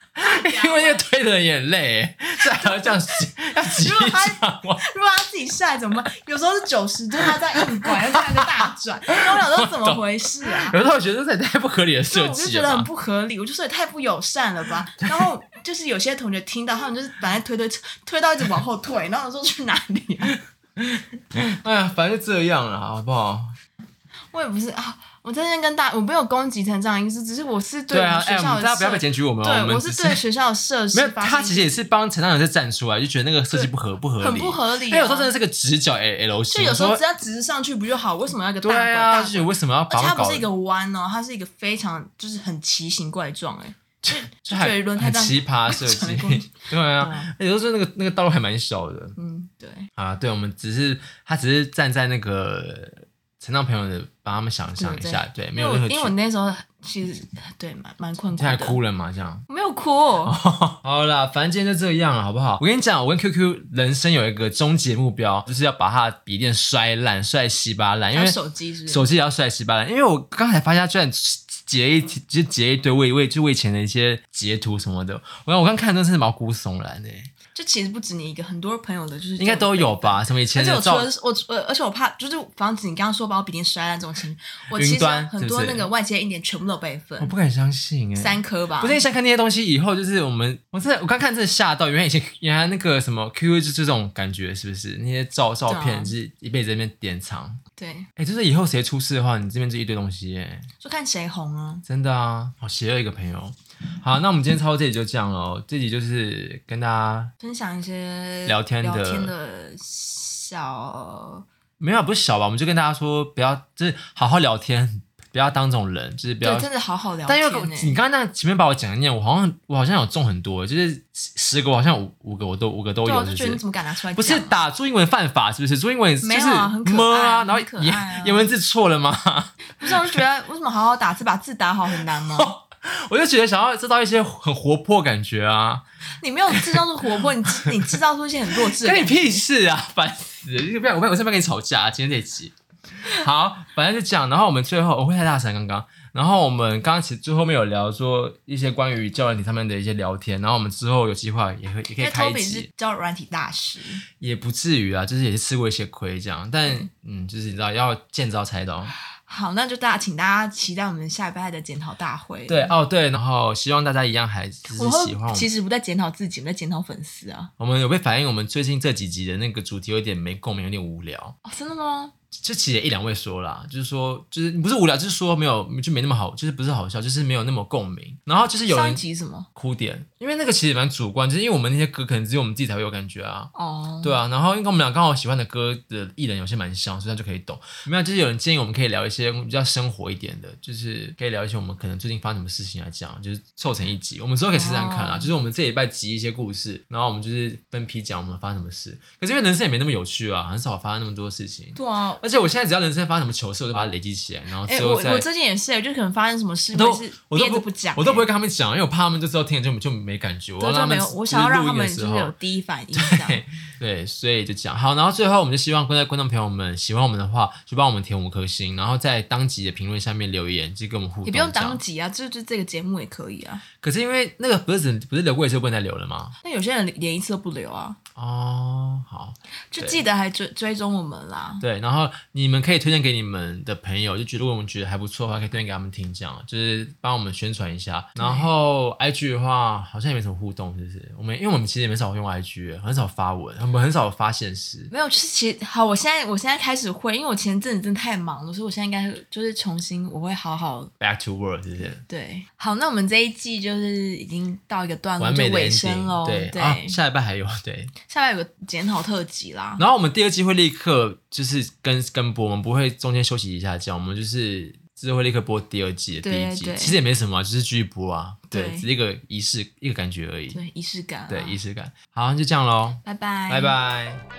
Speaker 2: 因为那 个推的人也累，所以还要这样挤要挤
Speaker 1: 如果他
Speaker 2: 上弯。
Speaker 1: 如果他自己晒怎么办？有时候是九十度，他在硬拐，又在一个大转， 然后我想说怎么回事 啊？
Speaker 2: 有时候我觉得这也太不合理的
Speaker 1: 对，
Speaker 2: 设
Speaker 1: 我就
Speaker 2: 计
Speaker 1: 觉
Speaker 2: 了
Speaker 1: 得很
Speaker 2: 吧。
Speaker 1: 不合理，我就说也太不友善了吧。 然后就是有些同学听到，他们就是本来推推推到一直往后退，然后我说去哪里 啊？
Speaker 2: 哎呀，反正就这样了，好不好？
Speaker 1: 我也不是啊，我在那跟大我没有攻击成这样的意思，只是我是对
Speaker 2: 对
Speaker 1: 我
Speaker 2: 啊
Speaker 1: 们，
Speaker 2: 哎，
Speaker 1: 学
Speaker 2: 我
Speaker 1: 校
Speaker 2: 们
Speaker 1: 的
Speaker 2: 大家不要被
Speaker 1: 设，
Speaker 2: 检举我们哦，
Speaker 1: 对，
Speaker 2: 们
Speaker 1: 我
Speaker 2: 只
Speaker 1: 是
Speaker 2: 是
Speaker 1: 对学校的设施
Speaker 2: 没有
Speaker 1: 发
Speaker 2: 他
Speaker 1: 生
Speaker 2: 其实也是帮残障人士站出来，就觉得那个设计不合不合理，
Speaker 1: 很不合理啊
Speaker 2: 哎，有时候真的是个直角哎 L L 型，
Speaker 1: 就有时候
Speaker 2: 我
Speaker 1: 只
Speaker 2: 说
Speaker 1: 要直直上去不就好？为什么要一个大拐
Speaker 2: 对
Speaker 1: 大
Speaker 2: 啊，
Speaker 1: 拐
Speaker 2: 就是为什么要把
Speaker 1: 而且
Speaker 2: 我
Speaker 1: 它不
Speaker 2: 搞
Speaker 1: 是一个弯哦，它是一个非常就是很奇形怪状哎、
Speaker 2: 就
Speaker 1: 就觉
Speaker 2: 很
Speaker 1: 得轮胎
Speaker 2: 很
Speaker 1: 这样
Speaker 2: 奇葩设
Speaker 1: 转
Speaker 2: 计
Speaker 1: 过去，
Speaker 2: 对啊
Speaker 1: 啊，
Speaker 2: 有时候那个那个道路还蛮小的，
Speaker 1: 嗯，对，
Speaker 2: 啊，对，我们只是他只是站在那个成长朋友的，帮他们想想一下，对，没
Speaker 1: 因为
Speaker 2: 有
Speaker 1: 我
Speaker 2: 任何
Speaker 1: 因为我那时候其实对蛮蛮困
Speaker 2: 你
Speaker 1: 苦
Speaker 2: 现在
Speaker 1: 的，
Speaker 2: 哭哦了嘛？这样
Speaker 1: 没有哭，哦
Speaker 2: 好啦，反正今天就这样了，好不好？我跟你讲，我跟 QQ 人生有一个终极目标，就是要把他的笔电摔烂，摔稀巴烂，因
Speaker 1: 还
Speaker 2: 为
Speaker 1: 有手机是不是？
Speaker 2: 手机也要摔稀巴烂。因为我刚才发现他居然截一就截一堆我以为就我以前的一些截图什么的，我刚我刚看真的是毛骨悚然诶、
Speaker 1: 就其实不止你一个，很多朋友的就是
Speaker 2: 应该都有吧？
Speaker 1: 这种
Speaker 2: 什么以前
Speaker 1: 备份。而
Speaker 2: 的
Speaker 1: 且
Speaker 2: 照
Speaker 1: 我除了我除呃，而且我怕就是防止你刚刚说把我笔电摔烂这种情况，我
Speaker 2: 云
Speaker 1: 其实
Speaker 2: 端
Speaker 1: 很
Speaker 2: 是不
Speaker 1: 多
Speaker 2: 是
Speaker 1: 那个外接硬点全部都有备份
Speaker 2: 我，不敢相信诶、
Speaker 1: 三啊颗吧。
Speaker 2: 不是你想看那些东西，以后就是我们，我真的我刚看真的吓到，原来以前 原来那个什么 QQ 就是这种感觉，是不是？那些照照
Speaker 1: 对啊
Speaker 2: 片就是一辈子在那边典藏。
Speaker 1: 对，
Speaker 2: 哎、就是以后谁出事的话，你这边就一堆东西耶，
Speaker 1: 就看谁红啊。
Speaker 2: 真的啊，好邪恶一个朋友。好，那我们今天操作这里就这样喽，这集就是跟大家
Speaker 1: 分享一些
Speaker 2: 聊天的
Speaker 1: 聊天的小，
Speaker 2: 没有不是小吧，我们就跟大家说不要，就是好好聊天， 不要当这种人，就是不
Speaker 1: 对
Speaker 2: 要，。
Speaker 1: 真的好好聊
Speaker 2: 但
Speaker 1: 天、
Speaker 2: 因为
Speaker 1: 欸。
Speaker 2: 你刚刚那样前面把我讲的念，我好像我好像有中很多，就是十个我好像五五个我都五个都
Speaker 1: 对啊，
Speaker 2: 有，
Speaker 1: 我就觉得
Speaker 2: 是
Speaker 1: 你怎么敢拿出来讲啊？
Speaker 2: 不是打注英文犯法是不是？注英文就是
Speaker 1: 没有啊很可爱
Speaker 2: 么啊，然后
Speaker 1: 很可爱
Speaker 2: 颜
Speaker 1: 啊
Speaker 2: 颜文字错了吗？
Speaker 1: 不是，啊我就觉得为什么好好打字把字打好很难 吗？
Speaker 2: 我就觉得想要制造一些很活泼感觉啊，
Speaker 1: 你没有制造出活泼，你制你制造出一些很弱智的
Speaker 2: 关你
Speaker 1: 感觉。
Speaker 2: 屁事啊！ 烦死了！不要，我不要我现在不要跟你吵架、今天这一集。好，反正就这样。然后我们最后我会太大声刚刚。然后我们刚刚其实最后面有聊说一些关于教软体上面的一些聊天，然后我们之后有计划也会也可
Speaker 1: 因
Speaker 2: 以
Speaker 1: 为
Speaker 2: 开一
Speaker 1: Toby 是
Speaker 2: 集，
Speaker 1: 教软体大师，
Speaker 2: 也不至于啊，就是也是吃过一些亏这样。但嗯，就是你知道要见招拆刀。
Speaker 1: 好，那就大家请大家期待我们下礼拜的检讨大会。
Speaker 2: 对，哦对，然后希望大家一样还是
Speaker 1: 我们
Speaker 2: 喜欢我
Speaker 1: 会
Speaker 2: 们
Speaker 1: 其。实不在检讨自己，我们在检讨粉丝啊。
Speaker 2: 我们有被反映，我们最近这几集的那个主题有点没共鸣，有点无聊。
Speaker 1: 哦，真的吗？
Speaker 2: 这其实也一两位说啦，就是说，就是不是无聊，就是说没有，就没那么好，就是不是好笑，就是没有那么共鸣。然后就是有
Speaker 1: 上一
Speaker 2: 人
Speaker 1: 集什么？
Speaker 2: 哭点，因为那个其实蛮主观，就是因为我们那些歌可能只有我们自己才会有感觉啊。
Speaker 1: 哦，
Speaker 2: 对啊，然后因为我们俩刚好喜欢的歌的艺人有些蛮像，所以他就可以懂。没有，就是有人建议我们可以聊一些比较生活一点的，就是可以聊一些我们可能最近发生什么事情啊，这样就是凑成一集。我们之后可以试试看看啊，
Speaker 1: 哦
Speaker 2: 就是我们这礼拜集一些故事，然后我们就是分批讲我们发生什么事。可是因为人生也没那么有趣啊，很少发生那么多事情。
Speaker 1: 对啊。
Speaker 2: 而且我现在只要人生发生什么糗事，我就把它累积起来，然后
Speaker 1: 哎、
Speaker 2: 之
Speaker 1: 我
Speaker 2: 后再、
Speaker 1: 我最近也是，欸就可能发生什么事，
Speaker 2: 都
Speaker 1: 我也是
Speaker 2: 我都
Speaker 1: 憋着不讲、
Speaker 2: 我都不会
Speaker 1: 欸
Speaker 2: 跟他们讲，因为我怕他们就知道听了就就没感觉。我要
Speaker 1: 对，
Speaker 2: 让
Speaker 1: 就
Speaker 2: 他
Speaker 1: 没
Speaker 2: 们
Speaker 1: 有，我想要让他们
Speaker 2: 就是
Speaker 1: 就
Speaker 2: 录
Speaker 1: 是
Speaker 2: 音的时候
Speaker 1: 有第一反应这样。
Speaker 2: 对，所以就这样好。然后最后，我们就希望观众观众朋友们喜欢我们的话，就帮我们填五颗星，然后在当集的评论下面留言，就跟我们互动。
Speaker 1: 也不用
Speaker 2: 这样
Speaker 1: 当集啊，就就这个节目也可以啊。
Speaker 2: 可是因为那个不是只不是留过一次就不能再留了吗？
Speaker 1: 那有些人连一次都不留啊，
Speaker 2: 哦，好，
Speaker 1: 就
Speaker 2: 对
Speaker 1: 记得还追追踪我们啦。
Speaker 2: 对，然后你们可以推荐给你们的朋友，就觉得如果我们觉得还不错的话，可以推荐给他们听，这样就是帮我们宣传一下。然后 IG 的话，好像也没什么互动，就是我们因为我们其实也很少用 IG，很少发文，我们很少发现实。
Speaker 1: 没有，就是其实好，我现在我现在开始会，因为我前阵子真的太忙了，所以我现在应该就是重新，我会好好
Speaker 2: Back to work，是不是？
Speaker 1: 对。好，那我们这一季就是已经到一个段落，
Speaker 2: 完
Speaker 1: 就
Speaker 2: 美的
Speaker 1: 尾声
Speaker 2: ending，
Speaker 1: 喽。
Speaker 2: 对
Speaker 1: 对，
Speaker 2: 啊，下一拜还有对，
Speaker 1: 下来有个检讨特辑啦。
Speaker 2: 然后我们第二季会立刻就是跟跟播，我们不会中间休息一下，这样我们就是就是会立刻播第二季的第一
Speaker 1: 对
Speaker 2: 集，
Speaker 1: 对
Speaker 2: 其实也没什么啊，就是继续播啊，对，
Speaker 1: 对
Speaker 2: 只是一个仪式一个感觉而已，
Speaker 1: 对，仪式感啊。
Speaker 2: 对，仪式感。好，就这样喽。
Speaker 1: 拜拜，
Speaker 2: 拜拜。